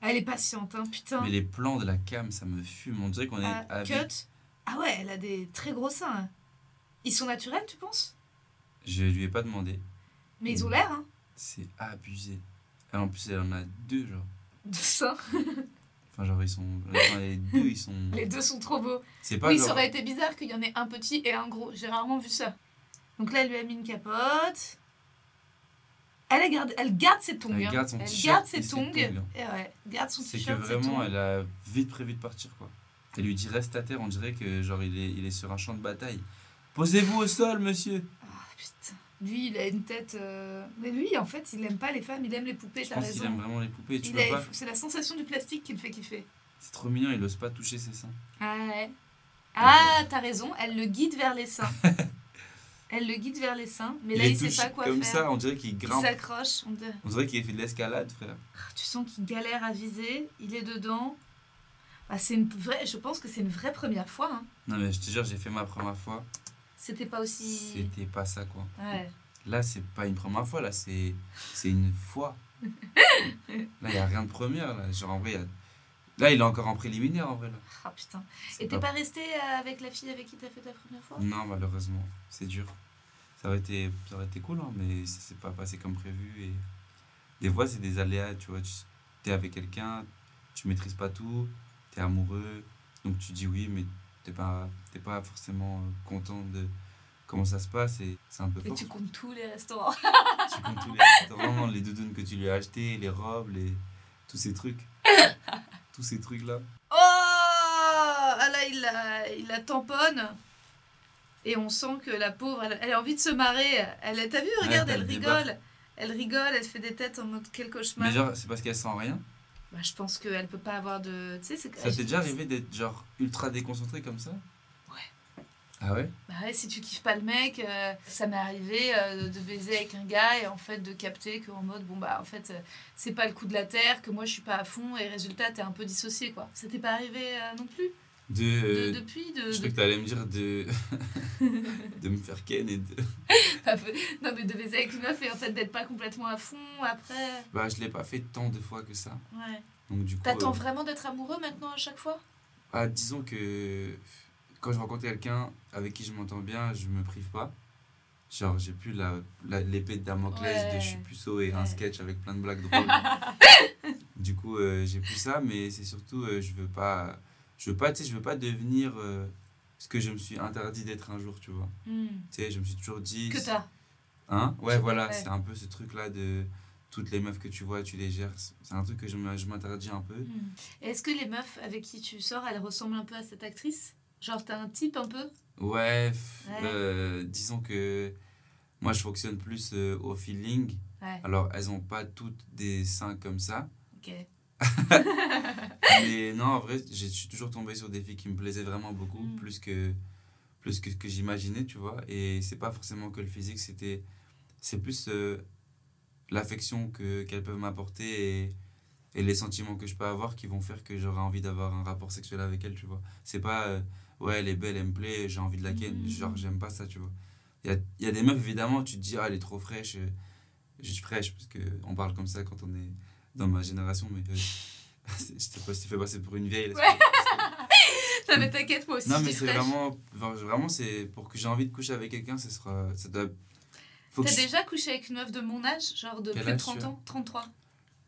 [SPEAKER 3] Elle est patiente, hein, putain.
[SPEAKER 4] Mais les plans de la cam, ça me fume. On dirait qu'on est
[SPEAKER 3] Ah,
[SPEAKER 4] avec.
[SPEAKER 3] Cut. Ah ouais, elle a des très gros seins. hein. Ils sont naturels, tu penses
[SPEAKER 4] Je lui ai pas demandé.
[SPEAKER 3] Mais
[SPEAKER 4] Mm.
[SPEAKER 3] ils ont l'air, hein,
[SPEAKER 4] C'est abusé. Elle, en plus, elle en a deux, genre.
[SPEAKER 3] de seins.
[SPEAKER 4] Enfin, genre, ils sont. enfin, les deux, ils sont.
[SPEAKER 3] Les deux sont trop beaux.
[SPEAKER 4] C'est pas
[SPEAKER 3] Oui,
[SPEAKER 4] genre.
[SPEAKER 3] ça aurait été bizarre qu'il y en ait un petit et un gros. J'ai rarement vu ça. Donc là, elle lui a mis une capote. Elle, a gardé- elle garde ses tongs.
[SPEAKER 4] Elle
[SPEAKER 3] hein.
[SPEAKER 4] garde son
[SPEAKER 3] Elle
[SPEAKER 4] t-shirt
[SPEAKER 3] garde
[SPEAKER 4] et
[SPEAKER 3] ses
[SPEAKER 4] ses
[SPEAKER 3] tongs.
[SPEAKER 4] tongs, hein.
[SPEAKER 3] Et ouais, garde son
[SPEAKER 4] C'est que
[SPEAKER 3] t-shirt. ses tongs.
[SPEAKER 4] vraiment, elle a vite prévu de partir, quoi. Elle lui dit reste à terre, on dirait que genre il est, il est sur un champ de bataille. Posez-vous au sol, monsieur.
[SPEAKER 3] Ah, putain. Lui, il a une tête. euh, Mais lui, en fait, il aime pas les femmes, il aime les poupées,
[SPEAKER 4] Je
[SPEAKER 3] t'as
[SPEAKER 4] pense qu'il aime
[SPEAKER 3] raison.
[SPEAKER 4] vraiment les poupées. Tu
[SPEAKER 3] Il
[SPEAKER 4] peux
[SPEAKER 3] a-
[SPEAKER 4] pas.
[SPEAKER 3] C'est la sensation du plastique qui le fait kiffer.
[SPEAKER 4] C'est trop mignon, il ose pas toucher ses seins.
[SPEAKER 3] Ah ouais. Ah, t'as raison, elle le guide vers les seins. elle le guide vers les seins, mais là,
[SPEAKER 4] les
[SPEAKER 3] il sait
[SPEAKER 4] touche
[SPEAKER 3] pas quoi
[SPEAKER 4] comme
[SPEAKER 3] faire.
[SPEAKER 4] ça, on dirait qu'il
[SPEAKER 3] il
[SPEAKER 4] grimpe.
[SPEAKER 3] s'accroche. On dirait- Ah,
[SPEAKER 4] On dirait qu'il fait de l'escalade, frère.
[SPEAKER 3] Tu sens qu'il galère à viser, il est dedans. Bah, c'est une vraie, je pense que c'est une vraie première fois. hein.
[SPEAKER 4] Non mais je te jure, j'ai fait ma première fois.
[SPEAKER 3] C'était pas aussi.
[SPEAKER 4] C'était pas ça quoi.
[SPEAKER 3] Ouais.
[SPEAKER 4] Là, c'est pas une première fois, là, c'est c'est une fois. là, il y a rien de première, là. Genre en vrai, y a- là, il est encore en préliminaire en vrai là.
[SPEAKER 3] Ah putain.
[SPEAKER 4] C'est
[SPEAKER 3] Et t'es
[SPEAKER 4] pas-
[SPEAKER 3] pas resté euh, avec la fille avec qui t'as fait ta première fois
[SPEAKER 4] Non, malheureusement, c'est dur. Ça aurait été ça aurait été cool hein, mais ça s'est pas passé comme prévu et des fois c'est des aléas, tu vois, tu es avec quelqu'un, tu maîtrises pas tout, tu es amoureux, donc tu dis oui mais t'es pas t'es pas forcément euh, content de comment ça se passe et c'est un peu
[SPEAKER 3] Et
[SPEAKER 4] fort.
[SPEAKER 3] tu comptes tous les restaurants.
[SPEAKER 4] Tu comptes tous les restaurants, les doudounes que tu lui as achetées, les robes, les... tous ces trucs. tous ces trucs-là.
[SPEAKER 3] Oh Ah là, il la, il la tamponne. Et on sent que la pauvre, elle, elle a envie de se marrer. Elle, t'as vu, regarde,
[SPEAKER 4] elle
[SPEAKER 3] elle
[SPEAKER 4] débarque.
[SPEAKER 3] rigole. Elle rigole, elle fait des têtes en mode quel cauchemar.
[SPEAKER 4] Mais genre, c'est parce qu'elle sent rien.
[SPEAKER 3] Bah, je pense qu'elle peut pas avoir de. Tu sais, c'est
[SPEAKER 4] Ça t'est déjà arrivé d'être genre ultra déconcentré comme ça Ouais. Ah ouais
[SPEAKER 3] Bah ouais, si tu kiffes pas le mec, euh, ça m'est arrivé euh, de baiser avec un gars et en fait de capter qu'en mode, bon bah en fait, euh, c'est pas le coup de la terre, que moi je suis pas à fond et résultat, t'es un peu dissocié quoi. Ça t'est pas arrivé euh, non plus
[SPEAKER 4] De...
[SPEAKER 3] De- Depuis de,
[SPEAKER 4] Euh, Je
[SPEAKER 3] de-
[SPEAKER 4] crois que t'allais me dire de... de me faire ken et de...
[SPEAKER 3] Non mais de baiser avec une meuf et en fait d'être pas complètement à fond après.
[SPEAKER 4] Bah, je l'ai pas fait tant de fois que ça.
[SPEAKER 3] Ouais.
[SPEAKER 4] Donc du coup...
[SPEAKER 3] T'attends
[SPEAKER 4] euh,
[SPEAKER 3] vraiment d'être amoureux maintenant à chaque fois
[SPEAKER 4] Ah, disons que quand je rencontre quelqu'un avec qui je m'entends bien, je me prive pas. Genre, j'ai plus la- la- l'épée de Damoclès
[SPEAKER 3] Ouais.
[SPEAKER 4] de je suis puceau et un
[SPEAKER 3] Ouais.
[SPEAKER 4] sketch avec plein de blagues drôles. du coup, euh, j'ai plus ça, mais c'est surtout, euh, je veux pas, je veux pas, tu sais, je veux pas devenir euh, ce que je me suis interdit d'être un jour, tu vois. Tu sais, je me suis toujours dit.
[SPEAKER 3] Que t'as.
[SPEAKER 4] Hein Ouais,
[SPEAKER 3] Je-
[SPEAKER 4] voilà,
[SPEAKER 3] ouais.
[SPEAKER 4] c'est un peu ce truc-là de toutes les meufs que tu vois, tu les gères. C'est un truc que je me- je m'interdis un peu.
[SPEAKER 3] Hmm. Est-ce que les meufs avec qui tu sors, elles ressemblent un peu à cette actrice Genre t'as un type un peu
[SPEAKER 4] Ouais, f-
[SPEAKER 3] Ouais.
[SPEAKER 4] euh, disons que moi je fonctionne plus euh, au feeling.
[SPEAKER 3] Ouais.
[SPEAKER 4] Alors elles ont pas toutes des seins comme ça.
[SPEAKER 3] Ah, Ok.
[SPEAKER 4] Mais non, en vrai, j'ai- je suis toujours tombé sur des filles qui me plaisaient vraiment beaucoup,
[SPEAKER 3] Mm.
[SPEAKER 4] plus que plus que ce que j'imaginais, tu vois. Et c'est pas forcément que le physique, c'était c'est plus euh, l'affection que qu'elles peuvent m'apporter et, et les sentiments que je peux avoir qui vont faire que j'aurai envie d'avoir un rapport sexuel avec elles, tu vois. C'est pas euh, ouais, elle est belle, elle me plaît, j'ai envie de la ken,
[SPEAKER 3] Mm.
[SPEAKER 4] genre j'aime pas ça, tu vois. Il y a, il y a des meufs évidemment, tu te dis ah, elle est trop fraîche, euh, je suis fraîche parce que on parle comme ça quand on est dans ma génération mais euh, je t'ai pas- je t'ai fait passer pour une vieille. là, c'est
[SPEAKER 3] Ouais.
[SPEAKER 4] pas- c'est pas-
[SPEAKER 3] Non mais t'inquiète moi aussi.
[SPEAKER 4] non,
[SPEAKER 3] je
[SPEAKER 4] mais
[SPEAKER 3] dis
[SPEAKER 4] c'est
[SPEAKER 3] fraîche.
[SPEAKER 4] vraiment. enfin, je- Vraiment, c'est pour que j'ai envie de coucher avec quelqu'un, ça sera. Ça doit. Faut que
[SPEAKER 3] T'as
[SPEAKER 4] je-
[SPEAKER 3] déjà couché avec une meuf de mon âge, genre de
[SPEAKER 4] Quel
[SPEAKER 3] plus de
[SPEAKER 4] âge
[SPEAKER 3] 30
[SPEAKER 4] tu as
[SPEAKER 3] ans 33.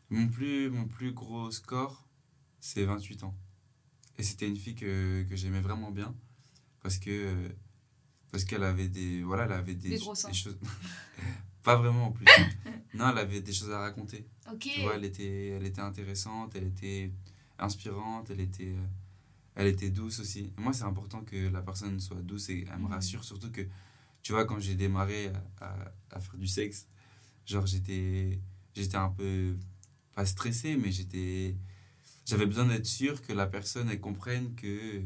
[SPEAKER 4] mon, plus, mon plus gros score, c'est 28 ans. Et c'était une fille que, que j'aimais vraiment bien. Parce que. euh, Parce qu'elle avait des. Voilà, elle avait des,
[SPEAKER 3] Des gros seins.
[SPEAKER 4] choses. Pas vraiment en plus. non, elle avait des choses à raconter.
[SPEAKER 3] Ok.
[SPEAKER 4] Tu vois, elle était, elle était intéressante, elle était inspirante, elle était, euh, elle était douce aussi. Et moi, c'est important que la personne soit douce et elle me
[SPEAKER 3] Mhm.
[SPEAKER 4] rassure. Surtout que, tu vois, quand j'ai démarré à, à- à faire du sexe, genre, j'étais, j'étais un peu, pas stressé, mais j'étais, j'avais besoin d'être sûr que la personne, elle comprenne que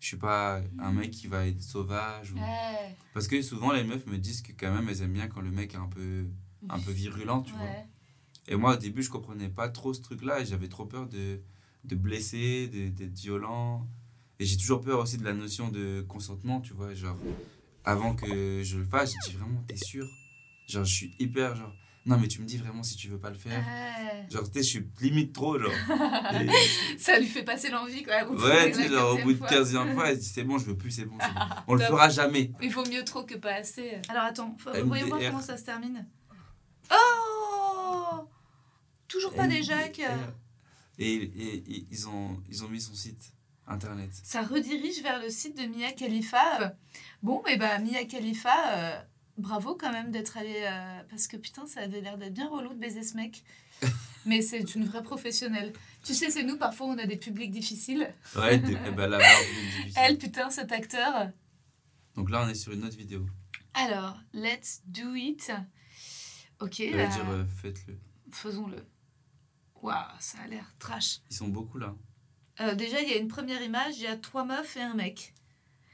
[SPEAKER 4] je suis pas un mec qui va être sauvage. ou-
[SPEAKER 3] Mhm. Ouais.
[SPEAKER 4] Parce que souvent, les meufs me disent que quand même, elles aiment bien quand le mec est un peu, un peu virulent, tu vois.
[SPEAKER 3] Ouais.
[SPEAKER 4] Et moi, au début, je comprenais pas trop ce truc-là et j'avais trop peur de, de blesser, de- d'être violent. Et j'ai toujours peur aussi de la notion de consentement, tu vois. Genre, avant que je le fasse, je dis vraiment, t'es sûr Genre, je suis hyper, genre, Non, mais tu me dis vraiment si tu veux pas le faire.
[SPEAKER 3] Ouais.
[SPEAKER 4] Genre, tu sais, je suis limite trop, genre. Et-
[SPEAKER 3] Ça lui fait passer l'envie, quoi. au bout
[SPEAKER 4] ouais,
[SPEAKER 3] de
[SPEAKER 4] tu sais,
[SPEAKER 3] la
[SPEAKER 4] genre, au bout de
[SPEAKER 3] 15e
[SPEAKER 4] 15 fois, elle se dit c'est bon, je veux plus, c'est bon, c'est bon. On le
[SPEAKER 3] Top.
[SPEAKER 4] fera jamais.
[SPEAKER 3] fois. Il vaut mieux trop que pas assez. Alors, attends, faut-
[SPEAKER 4] MDR.
[SPEAKER 3] voyons voir comment ça se termine. Oh Toujours pas des Jacques.
[SPEAKER 4] Et, et- et ils, ont, ils ont mis son site internet.
[SPEAKER 3] Ça redirige vers le site de Mia Khalifa. euh. Bon, et bah, Mia Khalifa, euh, bravo quand même d'être allée. euh, parce que putain, ça avait l'air d'être bien relou de baiser ce mec. Mais c'est une vraie professionnelle. Tu sais, c'est nous, parfois, on a des publics difficiles.
[SPEAKER 4] Ouais, et ben là,
[SPEAKER 3] Elle, putain, cet acteur.
[SPEAKER 4] Donc là, on est sur une autre vidéo.
[SPEAKER 3] Alors, let's do it. Ok,
[SPEAKER 4] Je
[SPEAKER 3] bah,
[SPEAKER 4] vais dire, euh, faites-le.
[SPEAKER 3] faisons-le. Waouh, ça a l'air trash.
[SPEAKER 4] Ils sont beaucoup là.
[SPEAKER 3] Euh, déjà, il y a une première image, il y a trois meufs et un mec.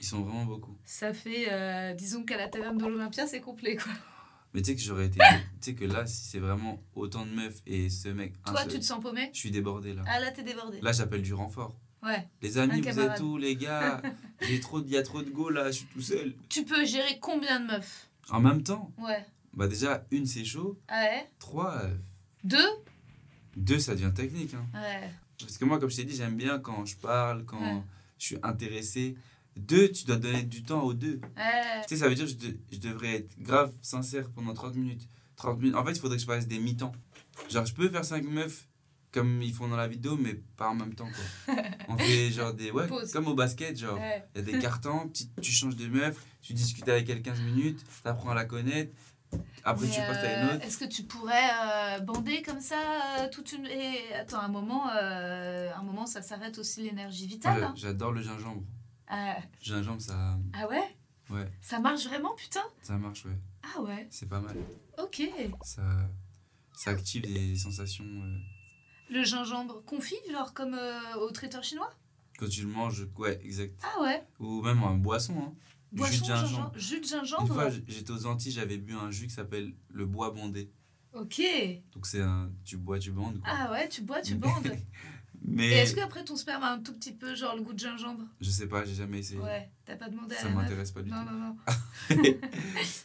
[SPEAKER 4] Ils sont vraiment beaucoup.
[SPEAKER 3] Ça fait, euh, disons qu'à la taverne de l'Olympia, c'est complet, quoi.
[SPEAKER 4] Mais tu sais que j'aurais été.
[SPEAKER 3] Ah.
[SPEAKER 4] tu sais que là, si c'est vraiment autant de meufs et ce mec. un
[SPEAKER 3] Toi,
[SPEAKER 4] seul,
[SPEAKER 3] tu te sens paumé
[SPEAKER 4] Je suis débordé là.
[SPEAKER 3] Ah là, t'es débordé.
[SPEAKER 4] Là, j'appelle du renfort.
[SPEAKER 3] Ouais.
[SPEAKER 4] Les amis, vous
[SPEAKER 3] camarade.
[SPEAKER 4] êtes où, les gars J'ai trop, Il y a trop de go là, je suis tout seul.
[SPEAKER 3] Tu peux gérer combien de meufs
[SPEAKER 4] En même temps,
[SPEAKER 3] Ouais.
[SPEAKER 4] bah déjà, une c'est chaud.
[SPEAKER 3] Ah ouais
[SPEAKER 4] Trois, euh,
[SPEAKER 3] Deux
[SPEAKER 4] deux, ça devient technique. Hein.
[SPEAKER 3] Ouais.
[SPEAKER 4] Parce que moi, comme je t'ai dit, j'aime bien quand je parle, quand
[SPEAKER 3] Ouais.
[SPEAKER 4] je suis intéressé. Deux, tu dois donner du temps aux deux.
[SPEAKER 3] Ouais.
[SPEAKER 4] Tu sais, ça veut dire que je, de- je devrais être grave sincère pendant 30 minutes. 30 minutes. En fait, il faudrait que je fasse des mi-temps. Genre, je peux faire 5 meufs comme ils font dans la vidéo, mais pas en même temps. Quoi. On fait genre des. Ouais,
[SPEAKER 3] Pause.
[SPEAKER 4] comme au basket, genre.
[SPEAKER 3] Ouais.
[SPEAKER 4] Il y a des cartons, petit- tu changes de meuf, tu discutes avec elle 15 minutes, tu apprends à la connaître. Après,
[SPEAKER 3] Mais,
[SPEAKER 4] tu passes à
[SPEAKER 3] euh,
[SPEAKER 4] une autre.
[SPEAKER 3] Est-ce que tu pourrais euh, bander comme ça euh, toute une. Et attends, un moment, euh, un moment ça s'arrête aussi l'énergie
[SPEAKER 4] Moi,
[SPEAKER 3] vitale. hein.
[SPEAKER 4] j'a- J'adore le gingembre.
[SPEAKER 3] Ah,
[SPEAKER 4] Gingembre, ça,
[SPEAKER 3] ah ouais
[SPEAKER 4] Ouais.
[SPEAKER 3] Ça marche vraiment, putain
[SPEAKER 4] ça marche, ouais.
[SPEAKER 3] Ah ouais,
[SPEAKER 4] C'est pas mal.
[SPEAKER 3] ok.
[SPEAKER 4] ça, ça active des sensations. euh,
[SPEAKER 3] Le gingembre confit, genre comme euh, au traiteur chinois
[SPEAKER 4] quand tu le manges, ouais, exact.
[SPEAKER 3] Ah ouais.
[SPEAKER 4] Ou même un boisson. Hein. Du
[SPEAKER 3] Boisson,
[SPEAKER 4] jus de gingembre.
[SPEAKER 3] gingembre. Jus de
[SPEAKER 4] Une
[SPEAKER 3] gingembre
[SPEAKER 4] fois, j- j'étais aux Antilles, j'avais bu un jus qui s'appelle le bois bandé.
[SPEAKER 3] Ok.
[SPEAKER 4] Donc, c'est un. Tu bois, tu bandes. Quoi.
[SPEAKER 3] Ah ouais, tu bois, tu bandes. Et
[SPEAKER 4] Mais.
[SPEAKER 3] est-ce qu'après ton sperme a un tout petit peu, genre le goût de gingembre
[SPEAKER 4] Je sais pas, j'ai jamais essayé.
[SPEAKER 3] Ouais, t'as pas demandé à
[SPEAKER 4] Ça
[SPEAKER 3] la meuf.
[SPEAKER 4] m'intéresse pas du
[SPEAKER 3] Non,
[SPEAKER 4] tout.
[SPEAKER 3] non, non.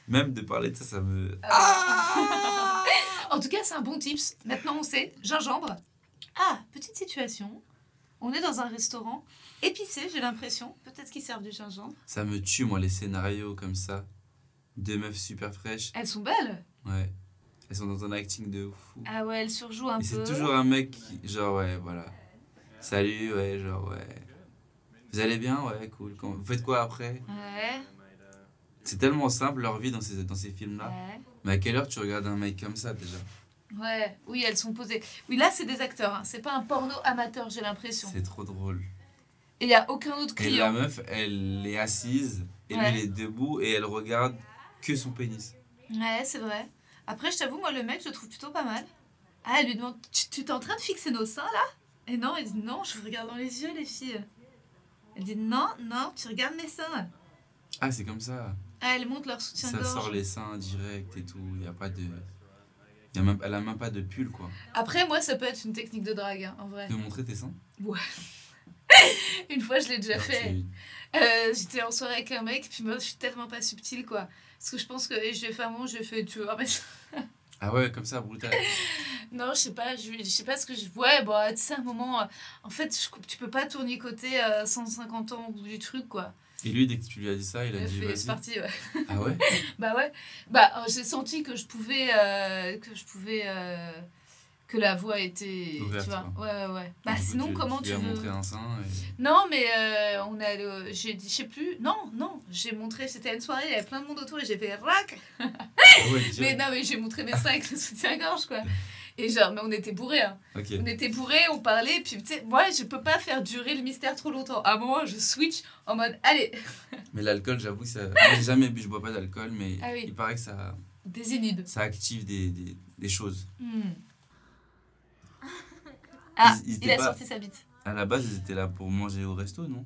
[SPEAKER 4] Même de parler de ça, ça me.
[SPEAKER 3] Ah En tout cas, c'est un bon tips. Maintenant, on sait. Gingembre. Ah, petite situation. On est dans un restaurant épicé, j'ai l'impression. Peut-être qu'ils servent du gingembre.
[SPEAKER 4] Ça me tue, moi, les scénarios comme ça. Deux meufs super fraîches.
[SPEAKER 3] Elles sont belles.
[SPEAKER 4] Ouais. Elles sont dans un acting de fou.
[SPEAKER 3] Ah ouais, elles surjouent un
[SPEAKER 4] Et
[SPEAKER 3] peu.
[SPEAKER 4] c'est toujours un mec qui, genre, ouais, voilà. Salut, ouais, genre, ouais. Vous allez bien Ouais, cool. Quand- Vous faites quoi après
[SPEAKER 3] Ouais,
[SPEAKER 4] C'est tellement simple leur vie dans ces, dans ces films-là.
[SPEAKER 3] ouais.
[SPEAKER 4] Mais à quelle heure tu regardes un mec comme ça déjà
[SPEAKER 3] Ouais, oui, elles sont posées. Oui, là, c'est des acteurs. hein. C'est pas un porno amateur, j'ai l'impression.
[SPEAKER 4] C'est trop drôle.
[SPEAKER 3] Et il y a aucun autre
[SPEAKER 4] Et la
[SPEAKER 3] client.
[SPEAKER 4] meuf, elle est assise, et
[SPEAKER 3] Ouais.
[SPEAKER 4] lui, il est debout, et elle regarde que son pénis.
[SPEAKER 3] Ouais, c'est vrai. Après, je t'avoue, moi, le mec, je le trouve plutôt pas mal. Ah, elle lui demande Tu tu t'es en train de fixer nos seins, là Et non, elle dit Non, je vous regarde dans les yeux, les filles. Elle dit Non, non, tu regardes mes seins.
[SPEAKER 4] Ah, c'est comme ça.
[SPEAKER 3] Ah, elle montre leur
[SPEAKER 4] Ça
[SPEAKER 3] soutien-gorge.
[SPEAKER 4] sort les seins direct et tout. Il y a pas de. y a même- elle a même pas de pull, quoi.
[SPEAKER 3] Après, moi, ça peut être une technique de drague, hein, en vrai.
[SPEAKER 4] De montrer tes seins
[SPEAKER 3] Une fois, je l'ai déjà
[SPEAKER 4] Alors,
[SPEAKER 3] fait.
[SPEAKER 4] tu-
[SPEAKER 3] Euh, J'étais en soirée avec un mec, puis moi, je suis tellement pas subtile, quoi. Parce que je pense que et je vais faire mon, je fais Tu vois, mais
[SPEAKER 4] Ah ouais, comme ça, brutal.
[SPEAKER 3] Non, je sais pas, je, je sais pas ce que je. Ouais, bah, tu sais, à un moment, euh, en fait, je, tu peux pas tourner côté 150 ans au bout du truc, quoi.
[SPEAKER 4] Et lui, dès que tu lui as dit ça, il a
[SPEAKER 3] Euh,
[SPEAKER 4] dit
[SPEAKER 3] fais- C'est
[SPEAKER 4] vas-y.
[SPEAKER 3] parti, ouais.
[SPEAKER 4] Ah ouais
[SPEAKER 3] Bah, ouais. Bah, euh, j'ai senti que je pouvais. euh, que je pouvais. euh, que la voie était.
[SPEAKER 4] Ouverte,
[SPEAKER 3] tu vois. Ouais, ouais, ouais. Bah,
[SPEAKER 4] Du coup,
[SPEAKER 3] sinon,
[SPEAKER 4] tu-
[SPEAKER 3] comment tu
[SPEAKER 4] lui as
[SPEAKER 3] veux.
[SPEAKER 4] montré un sein et-
[SPEAKER 3] Non, mais euh, on a. le- J'ai dit, je sais plus. Non, non, j'ai montré. C'était à une soirée, il y avait plein de monde autour et j'ai fait rac
[SPEAKER 4] Ah ouais,
[SPEAKER 3] Mais
[SPEAKER 4] direct.
[SPEAKER 3] non, mais j'ai montré mes seins avec le soutien-gorge, quoi. Et genre, mais on était bourrés, hein.
[SPEAKER 4] Ok.
[SPEAKER 3] On était bourrés, on parlait, puis tu sais, moi je peux pas faire durer le mystère trop longtemps. À un moment, je switch en mode allez,
[SPEAKER 4] Mais l'alcool, j'avoue, que ça. Moi, j'ai jamais bu, je bois pas d'alcool, mais
[SPEAKER 3] Ah oui.
[SPEAKER 4] il paraît que ça,
[SPEAKER 3] désinhibe.
[SPEAKER 4] ça active des, des, des choses.
[SPEAKER 3] Hmm. Ah,
[SPEAKER 4] Ils- ils
[SPEAKER 3] il a
[SPEAKER 4] étaient pas-
[SPEAKER 3] sorti sa bite.
[SPEAKER 4] À la base, ils étaient là pour manger au resto, non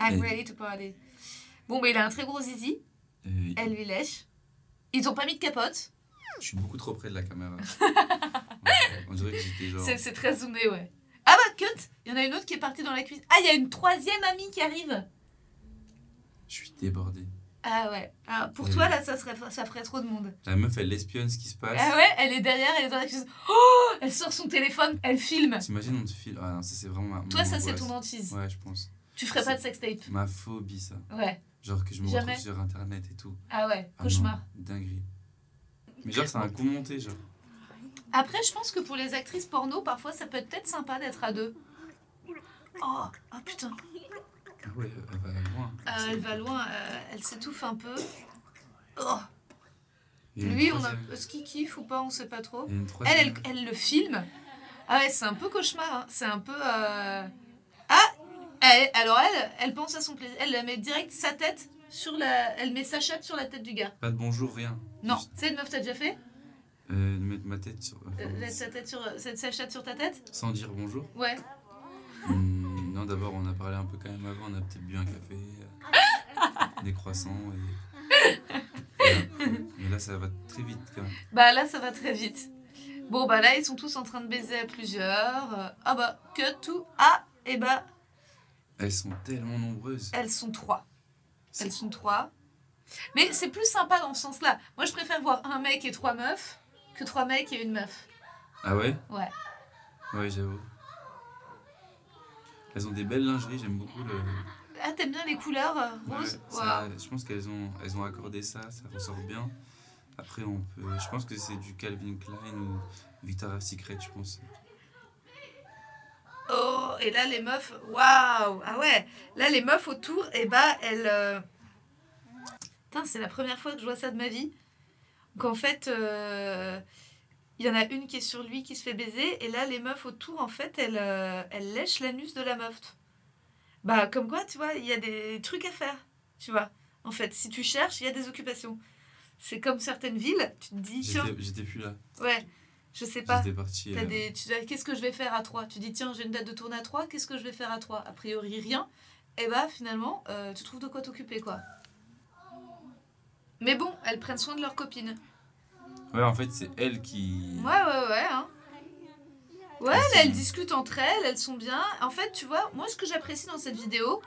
[SPEAKER 3] I'm
[SPEAKER 4] Et-
[SPEAKER 3] ready to party. Bon, mais il a un très gros zizi.
[SPEAKER 4] Euh,
[SPEAKER 3] Elle lui lèche. Ils ont pas mis de capote.
[SPEAKER 4] Je suis beaucoup trop près de la caméra. On dirait que j'étais genre.
[SPEAKER 3] C'est c'est très zoomé, ouais. Ah bah, cut Il y en a une autre qui est partie dans la cuisine. Ah, il y a une troisième amie qui arrive.
[SPEAKER 4] Je suis débordé.
[SPEAKER 3] Ah ouais. Ah, pour
[SPEAKER 4] Oui.
[SPEAKER 3] toi, là, ça, serait, ça ferait trop de monde.
[SPEAKER 4] La meuf, elle espionne ce qui se passe.
[SPEAKER 3] Ah ouais, elle est derrière, elle est dans la cuisine. Oh Elle sort son téléphone, elle filme.
[SPEAKER 4] T'imagines, on te file. Ah non, ça c'est vraiment ma. mon
[SPEAKER 3] Toi, ça, c'est
[SPEAKER 4] angoisse.
[SPEAKER 3] ton hantise.
[SPEAKER 4] Ouais, je pense.
[SPEAKER 3] Tu ferais pas de sextape.
[SPEAKER 4] Ma phobie, ça.
[SPEAKER 3] Ouais.
[SPEAKER 4] Genre que je me
[SPEAKER 3] Jamais.
[SPEAKER 4] retrouve sur internet et tout.
[SPEAKER 3] Ah ouais,
[SPEAKER 4] Ah non,
[SPEAKER 3] cauchemar.
[SPEAKER 4] dinguerie. Mais genre, c'est un coup monté, genre.
[SPEAKER 3] Après, je pense que pour les actrices porno, parfois, ça peut être peut-être sympa d'être à deux. Oh, oh putain.
[SPEAKER 4] Ah ouais, elle va loin.
[SPEAKER 3] Euh, elle va loin, euh, elle s'étouffe un peu. Oh.
[SPEAKER 4] Il y a une
[SPEAKER 3] Lui, on a...
[SPEAKER 4] troisième-
[SPEAKER 3] est-ce qu'il kiffe ou pas On sait pas trop.
[SPEAKER 4] il y a une
[SPEAKER 3] Elle,
[SPEAKER 4] troisième-
[SPEAKER 3] elle, elle le filme. Ah ouais, c'est un peu cauchemar. hein. C'est un peu. euh, Ah Elle- Alors elle, elle pense à son plaisir. Elle la met direct sa tête sur la. Elle met sa chatte sur la tête du gars.
[SPEAKER 4] Pas de bonjour, rien.
[SPEAKER 3] Non,
[SPEAKER 4] Juste,
[SPEAKER 3] c'est une meuf, t'as déjà fait
[SPEAKER 4] euh, mettre ma tête sur.
[SPEAKER 3] Euh,
[SPEAKER 4] enfin,
[SPEAKER 3] la- sa, tête sur... sa, sa chatte sur ta tête
[SPEAKER 4] Sans dire bonjour.
[SPEAKER 3] Ouais.
[SPEAKER 4] Hmm, non, d'abord, on a parlé un peu quand même avant. On a peut-être bu un café, euh, des croissants. Et... Voilà. Mais là, ça va très vite quand même.
[SPEAKER 3] Bah là, ça va très vite. Bon, bah là, ils sont tous en train de baiser à plusieurs. Euh, Ah bah, que tout. Ah Et bah,
[SPEAKER 4] Elles sont tellement nombreuses.
[SPEAKER 3] elles sont trois.
[SPEAKER 4] C'est-
[SPEAKER 3] Elles sont trois. Mais c'est plus sympa dans ce sens-là. Moi, je préfère voir un mec et trois meufs que trois mecs et une meuf.
[SPEAKER 4] Ah ouais
[SPEAKER 3] Ouais.
[SPEAKER 4] Ouais, j'avoue. Elles ont des belles lingeries, j'aime beaucoup le.
[SPEAKER 3] Ah, t'aimes bien les couleurs euh,
[SPEAKER 4] Ouais,
[SPEAKER 3] roses
[SPEAKER 4] ça-
[SPEAKER 3] Waouh.
[SPEAKER 4] Je pense qu'elles ont, elles ont accordé ça, ça ressort bien. Après, on peut. Je pense que c'est du Calvin Klein ou Victoria's Secret, je pense.
[SPEAKER 3] Oh, et là, les meufs, waouh Ah ouais Là, les meufs autour, et bah, elles... euh, Putain, c'est la première fois que je vois ça de ma vie. Donc, en fait, euh, il y en a une qui est sur lui, qui se fait baiser, et là, les meufs autour, en fait, elles, euh, elles lèchent l'anus de la meuf. Bah, comme quoi, tu vois, il y a des trucs à faire, tu vois. En fait, si tu cherches, il y a des occupations. C'est comme certaines villes, tu te dis, tiens,
[SPEAKER 4] J'étais j'étais plus là.
[SPEAKER 3] ouais, je sais pas.
[SPEAKER 4] J'étais parti.
[SPEAKER 3] T'as
[SPEAKER 4] euh,
[SPEAKER 3] des, tu dis, qu'est-ce que je vais faire à 3 Tu dis, tiens, j'ai une date de tournée à 3, qu'est-ce que je vais faire à 3 A priori, rien. Et bah, finalement, euh, tu trouves de quoi t'occuper, quoi. Mais bon, elles prennent soin de leurs copines.
[SPEAKER 4] Ouais, en fait, c'est elle qui.
[SPEAKER 3] Ouais, ouais, ouais. hein. Ouais,
[SPEAKER 4] Elles
[SPEAKER 3] mais
[SPEAKER 4] sont-
[SPEAKER 3] elles discutent entre elles, elles sont bien. En fait, tu vois, moi, ce que j'apprécie dans cette vidéo,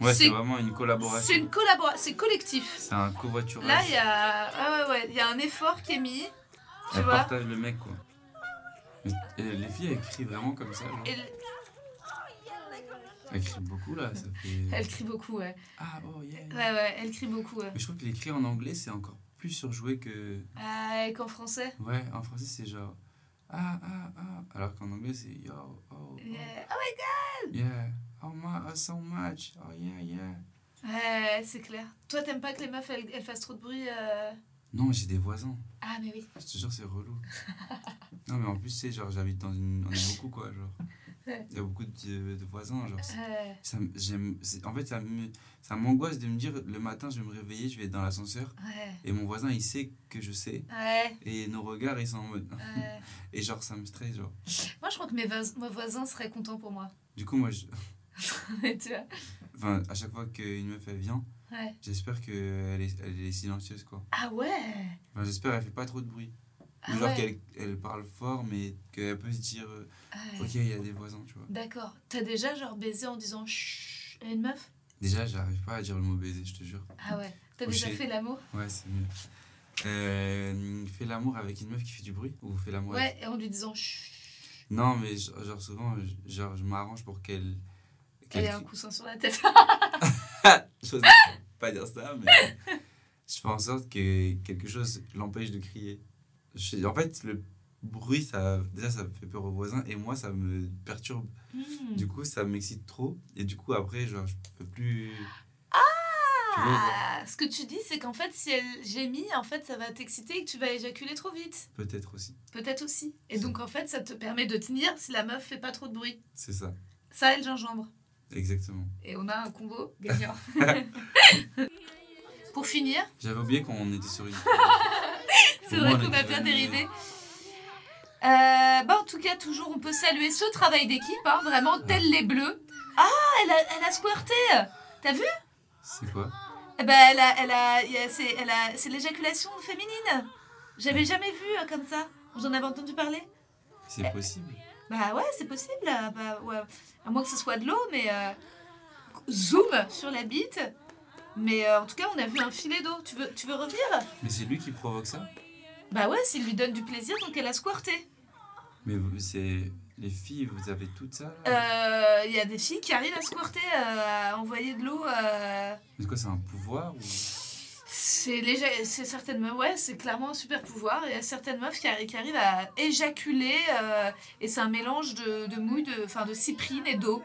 [SPEAKER 4] Ouais, c'est
[SPEAKER 3] c'est-
[SPEAKER 4] vraiment une
[SPEAKER 3] c'est
[SPEAKER 4] collaboration.
[SPEAKER 3] une collaboration, c'est collectif.
[SPEAKER 4] C'est un covoiturage.
[SPEAKER 3] Là, il y a... ah ouais, ouais, il y a un effort qui est mis, tu
[SPEAKER 4] Elle
[SPEAKER 3] vois.
[SPEAKER 4] partage le mec, quoi. Mais, euh, les filles, elles crient vraiment comme ça. Genre.
[SPEAKER 3] Et
[SPEAKER 4] Elles crient beaucoup, là. Ça fait...
[SPEAKER 3] elle crie beaucoup, ouais.
[SPEAKER 4] Ah, oh, yeah. yeah.
[SPEAKER 3] Ouais, ouais, elle crie beaucoup, ouais.
[SPEAKER 4] Mais je trouve que les cris en anglais, c'est encore plus surjoué que.
[SPEAKER 3] Ah, et qu'en français
[SPEAKER 4] Ouais, en français, c'est genre. Ah, ah, ah. Alors qu'en anglais, c'est yo, oh, oh,
[SPEAKER 3] Yeah.
[SPEAKER 4] yeah. Oh, my, oh, so much. Oh, yeah, yeah.
[SPEAKER 3] Ouais, c'est clair. Toi, t'aimes pas que les meufs elles, elles fassent trop de bruit euh
[SPEAKER 4] Non, j'ai des voisins.
[SPEAKER 3] Ah, mais oui.
[SPEAKER 4] Je te jure, c'est relou. non, mais en plus, c'est genre, j'habite dans une. On est beaucoup, quoi, genre.
[SPEAKER 3] Ouais. Euh,
[SPEAKER 4] Il y a beaucoup de, de voisins, genre. c'est-
[SPEAKER 3] Ouais.
[SPEAKER 4] Ça, me- j'aime, c'est- en fait, ça, me, ça m'angoisse de me dire le matin, je vais me réveiller, je vais être dans l'ascenseur
[SPEAKER 3] Ouais.
[SPEAKER 4] et mon voisin, il sait que je sais
[SPEAKER 3] Ouais.
[SPEAKER 4] et nos regards, ils sont en mode.
[SPEAKER 3] ouais.
[SPEAKER 4] Et genre, ça me stresse, genre.
[SPEAKER 3] moi, je crois que mes, voisins- mes voisins seraient contents pour moi.
[SPEAKER 4] Du coup, moi, je,
[SPEAKER 3] tu vois
[SPEAKER 4] enfin, à chaque fois qu'une meuf, elle vient,
[SPEAKER 3] Ouais.
[SPEAKER 4] J'espère qu'elle est, elle est silencieuse, quoi.
[SPEAKER 3] Ah ouais
[SPEAKER 4] Enfin, j'espère qu'elle fait pas trop de bruit.
[SPEAKER 3] Ah
[SPEAKER 4] Ou genre
[SPEAKER 3] ouais.
[SPEAKER 4] qu'elle elle parle fort, mais qu'elle peut se dire euh,
[SPEAKER 3] Ouais.
[SPEAKER 4] Ok, il y a des voisins, tu vois.
[SPEAKER 3] D'accord. T'as déjà genre baisé en disant chut à une meuf
[SPEAKER 4] Déjà, j'arrive pas à dire le mot baiser, je te jure.
[SPEAKER 3] Ah ouais. T'as
[SPEAKER 4] Ou
[SPEAKER 3] déjà
[SPEAKER 4] j'ai-
[SPEAKER 3] fait l'amour
[SPEAKER 4] Ouais, c'est mieux. Euh, fais l'amour avec une meuf qui fait du bruit Ou fais l'amour
[SPEAKER 3] ouais.
[SPEAKER 4] avec-
[SPEAKER 3] et en lui disant chut.
[SPEAKER 4] Non, mais je- genre souvent, je- genre, je m'arrange pour qu'elle.
[SPEAKER 3] Elle
[SPEAKER 4] qu'elle
[SPEAKER 3] a un
[SPEAKER 4] crie-
[SPEAKER 3] coussin sur la tête.
[SPEAKER 4] J'ose pas dire ça, mais je fais en sorte que quelque chose l'empêche de crier. Je- en fait, le bruit, ça, déjà, ça fait peur aux voisins et moi, ça me perturbe.
[SPEAKER 3] Hmm.
[SPEAKER 4] Du coup, ça m'excite trop. Et du coup, après, genre, je peux plus.
[SPEAKER 3] Ah Ce que tu dis, c'est qu'en fait, si elle gémit, en fait, ça va t'exciter et que tu vas éjaculer trop vite.
[SPEAKER 4] Peut-être aussi.
[SPEAKER 3] Peut-être aussi. Et donc, en fait, ça te permet de tenir si la meuf fait pas trop de bruit.
[SPEAKER 4] C'est ça.
[SPEAKER 3] Ça et le gingembre.
[SPEAKER 4] Exactement.
[SPEAKER 3] Et on a un combo gagnant. Pour finir,
[SPEAKER 4] J'avais oublié qu'on était sur une.
[SPEAKER 3] c'est
[SPEAKER 4] Au
[SPEAKER 3] vrai
[SPEAKER 4] moins, on
[SPEAKER 3] qu'on a
[SPEAKER 4] était
[SPEAKER 3] bien
[SPEAKER 4] vraiment-
[SPEAKER 3] dérivé. Euh, bah, en tout cas, toujours, on peut saluer ce travail d'équipe, hein, vraiment, tel les bleus. Ah, elle a, elle a squirté
[SPEAKER 4] C'est quoi
[SPEAKER 3] Eh ben, elle a, elle a, il y a- c'est, elle a, c'est l'éjaculation féminine. J'avais jamais vu euh, comme ça. J'en avais entendu parler.
[SPEAKER 4] C'est possible.
[SPEAKER 3] Bah ouais, c'est possible. euh, Bah ouais. À moins que ce soit de l'eau, mais euh, zoom sur la bite. Mais euh, en tout cas, on a vu un filet d'eau. Tu veux, tu veux revenir
[SPEAKER 4] Mais c'est lui qui provoque ça
[SPEAKER 3] Bah ouais, s'il lui donne du plaisir, donc elle a squirté.
[SPEAKER 4] Mais vous- c'est. Les filles, vous avez tout ça là
[SPEAKER 3] Euh, Il y a des filles qui arrivent à squirter, euh, à envoyer de l'eau. euh,
[SPEAKER 4] Mais quoi, c'est un pouvoir ou...
[SPEAKER 3] C'est léger, c'est certaines meufs, ouais, c'est clairement un super pouvoir. Il y a certaines meufs qui, arri- qui arrivent à éjaculer euh, et c'est un mélange de, de mouille, de, enfin de cyprine et d'eau.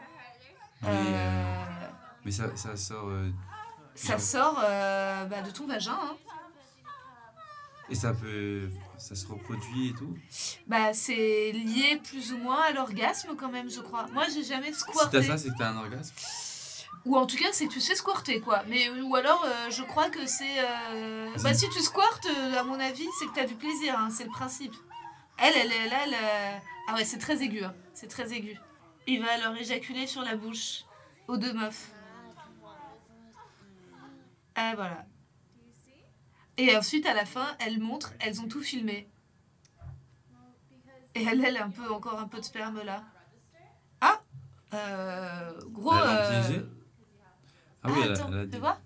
[SPEAKER 4] Mais,
[SPEAKER 3] Euh,
[SPEAKER 4] euh, mais ça, ça sort. euh,
[SPEAKER 3] ça sort euh, bah, de ton vagin. hein.
[SPEAKER 4] Et ça peut. Ça se reproduit et tout
[SPEAKER 3] Bah, c'est lié plus ou moins à l'orgasme quand même, je crois. Moi, j'ai jamais
[SPEAKER 4] Si t'as
[SPEAKER 3] squirté.
[SPEAKER 4] ça, c'est que t'as un orgasme
[SPEAKER 3] Ou en tout cas, c'est que tu sais squirter, quoi. Mais, ou alors, euh, je crois que c'est... euh, Bah, si tu squirtes, euh, à mon avis, c'est que t'as du plaisir, hein, c'est le principe. Elle, elle, elle, elle... euh, Ah ouais, c'est très aigu, hein, c'est très aigu. Il va alors éjaculer sur la bouche aux deux meufs. Ah, voilà. Et ensuite, à la fin, elle montre, elles ont tout filmé. Et elle, elle, a un peu, encore un peu de sperme, là. Ah euh, Gros...
[SPEAKER 4] Elle a
[SPEAKER 3] euh,
[SPEAKER 4] piégé Ah
[SPEAKER 3] ah,
[SPEAKER 4] oui, elle a,
[SPEAKER 3] attends,
[SPEAKER 4] elle a
[SPEAKER 3] tu
[SPEAKER 4] dit.
[SPEAKER 3] vois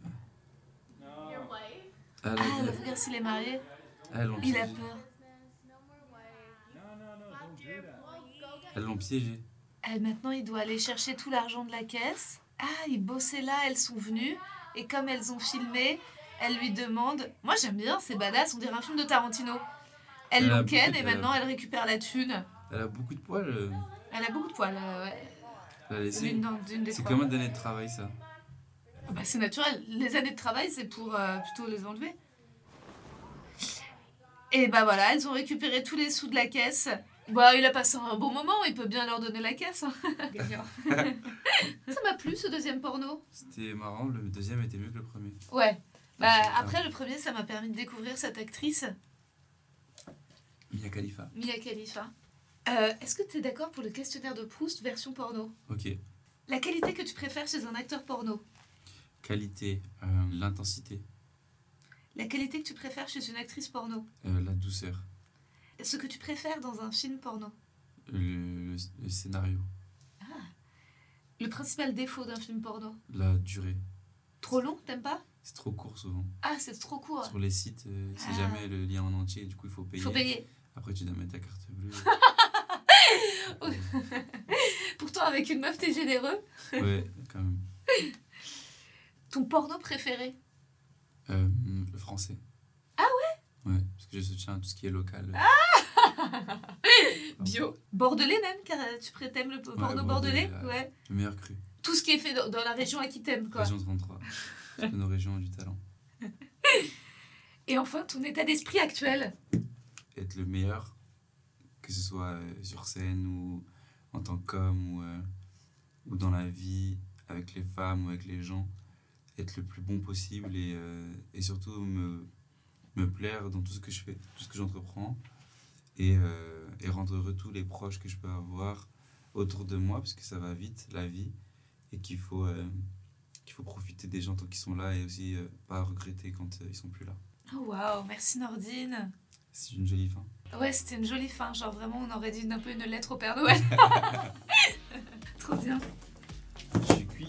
[SPEAKER 4] Elle
[SPEAKER 3] Ah,
[SPEAKER 4] a dit.
[SPEAKER 3] regarde s'il est marié.
[SPEAKER 4] Elles l'ont
[SPEAKER 3] Ah, Il a
[SPEAKER 4] piégé.
[SPEAKER 3] peur.
[SPEAKER 4] Elles l'ont piégé.
[SPEAKER 3] Ah, maintenant, il doit aller chercher tout l'argent de la caisse. Ah, ils bossaient là, elles sont venues. Et comme elles ont filmé, elle lui demande... Moi, j'aime bien, c'est badass, on dirait un film de Tarantino. Elle
[SPEAKER 4] Elle a
[SPEAKER 3] l'enquête
[SPEAKER 4] beaucoup
[SPEAKER 3] et
[SPEAKER 4] de-
[SPEAKER 3] maintenant, elle récupère la thune.
[SPEAKER 4] Elle a beaucoup de poils. euh,
[SPEAKER 3] Elle a beaucoup de poils, euh, ouais.
[SPEAKER 4] Elle a laissé.
[SPEAKER 3] L'une dans- d'une des
[SPEAKER 4] C'est
[SPEAKER 3] trois.
[SPEAKER 4] combien d'années de travail ça
[SPEAKER 3] Ah bah, c'est naturel. Les années de travail, c'est pour euh, plutôt les enlever. Et bah voilà, elles ont récupéré tous les sous de la caisse. Bah, il a passé un bon moment, il peut bien leur donner la caisse. hein. Gagnant. Ça m'a plu ce deuxième porno.
[SPEAKER 4] C'était marrant, le deuxième était mieux que le premier.
[SPEAKER 3] Ouais. Bah,
[SPEAKER 4] Ah, c'est
[SPEAKER 3] après le premier, ça m'a permis de découvrir cette actrice,
[SPEAKER 4] Mia Khalifa.
[SPEAKER 3] Mia Khalifa. Euh, Est-ce que tu es d'accord pour le questionnaire de Proust version porno
[SPEAKER 4] Ok.
[SPEAKER 3] La qualité que tu préfères chez un acteur porno
[SPEAKER 4] Qualité, euh, l'intensité,
[SPEAKER 3] La qualité que tu préfères chez une actrice porno
[SPEAKER 4] euh, la douceur,
[SPEAKER 3] Ce que tu préfères dans un film porno
[SPEAKER 4] le, le scénario,
[SPEAKER 3] Le principal défaut d'un film porno
[SPEAKER 4] la durée.
[SPEAKER 3] Trop long, t'aimes pas
[SPEAKER 4] C'est trop court souvent.
[SPEAKER 3] Ah, c'est trop court.
[SPEAKER 4] Sur les sites, euh, c'est
[SPEAKER 3] Ah.
[SPEAKER 4] jamais le lien en entier, du coup il faut payer.
[SPEAKER 3] Faut payer.
[SPEAKER 4] Après tu dois mettre ta carte bleue.
[SPEAKER 3] Pourtant, avec une meuf, t'es généreux.
[SPEAKER 4] ouais, quand même.
[SPEAKER 3] Ton porno préféré
[SPEAKER 4] Euh, le français.
[SPEAKER 3] Ah
[SPEAKER 4] ouais Ouais, parce que je soutiens tout ce qui est local.
[SPEAKER 3] Bio. Bordelais même, car euh, tu prétèmes le porno bordelais,
[SPEAKER 4] bordelais, là.
[SPEAKER 3] Ouais.
[SPEAKER 4] Le meilleur cru.
[SPEAKER 3] Tout ce qui est fait dans, dans la région à qui t'aimes, quoi.
[SPEAKER 4] Région 33. Parce que nos régions ont du talent.
[SPEAKER 3] Et enfin, ton état d'esprit actuel.
[SPEAKER 4] Être le meilleur, que ce soit euh, sur scène ou en tant qu'homme ou, euh, ou dans la vie, avec les femmes ou avec les gens. Être le plus bon possible et, euh, et surtout me, me plaire dans tout ce que je fais, tout ce que j'entreprends. Et, euh, et rendre heureux tous les proches que je peux avoir autour de moi, parce que ça va vite, la vie, et qu'il faut, euh, qu'il faut profiter des gens tant qu'ils sont là et aussi euh, pas regretter quand euh, ils sont plus là.
[SPEAKER 3] Oh, waouh, merci Nordine.
[SPEAKER 4] C'est une jolie fin.
[SPEAKER 3] Ouais, c'était une jolie fin. Genre, vraiment, on aurait dit une- un peu une lettre au Père Noël. trop bien.
[SPEAKER 4] Je suis cuit.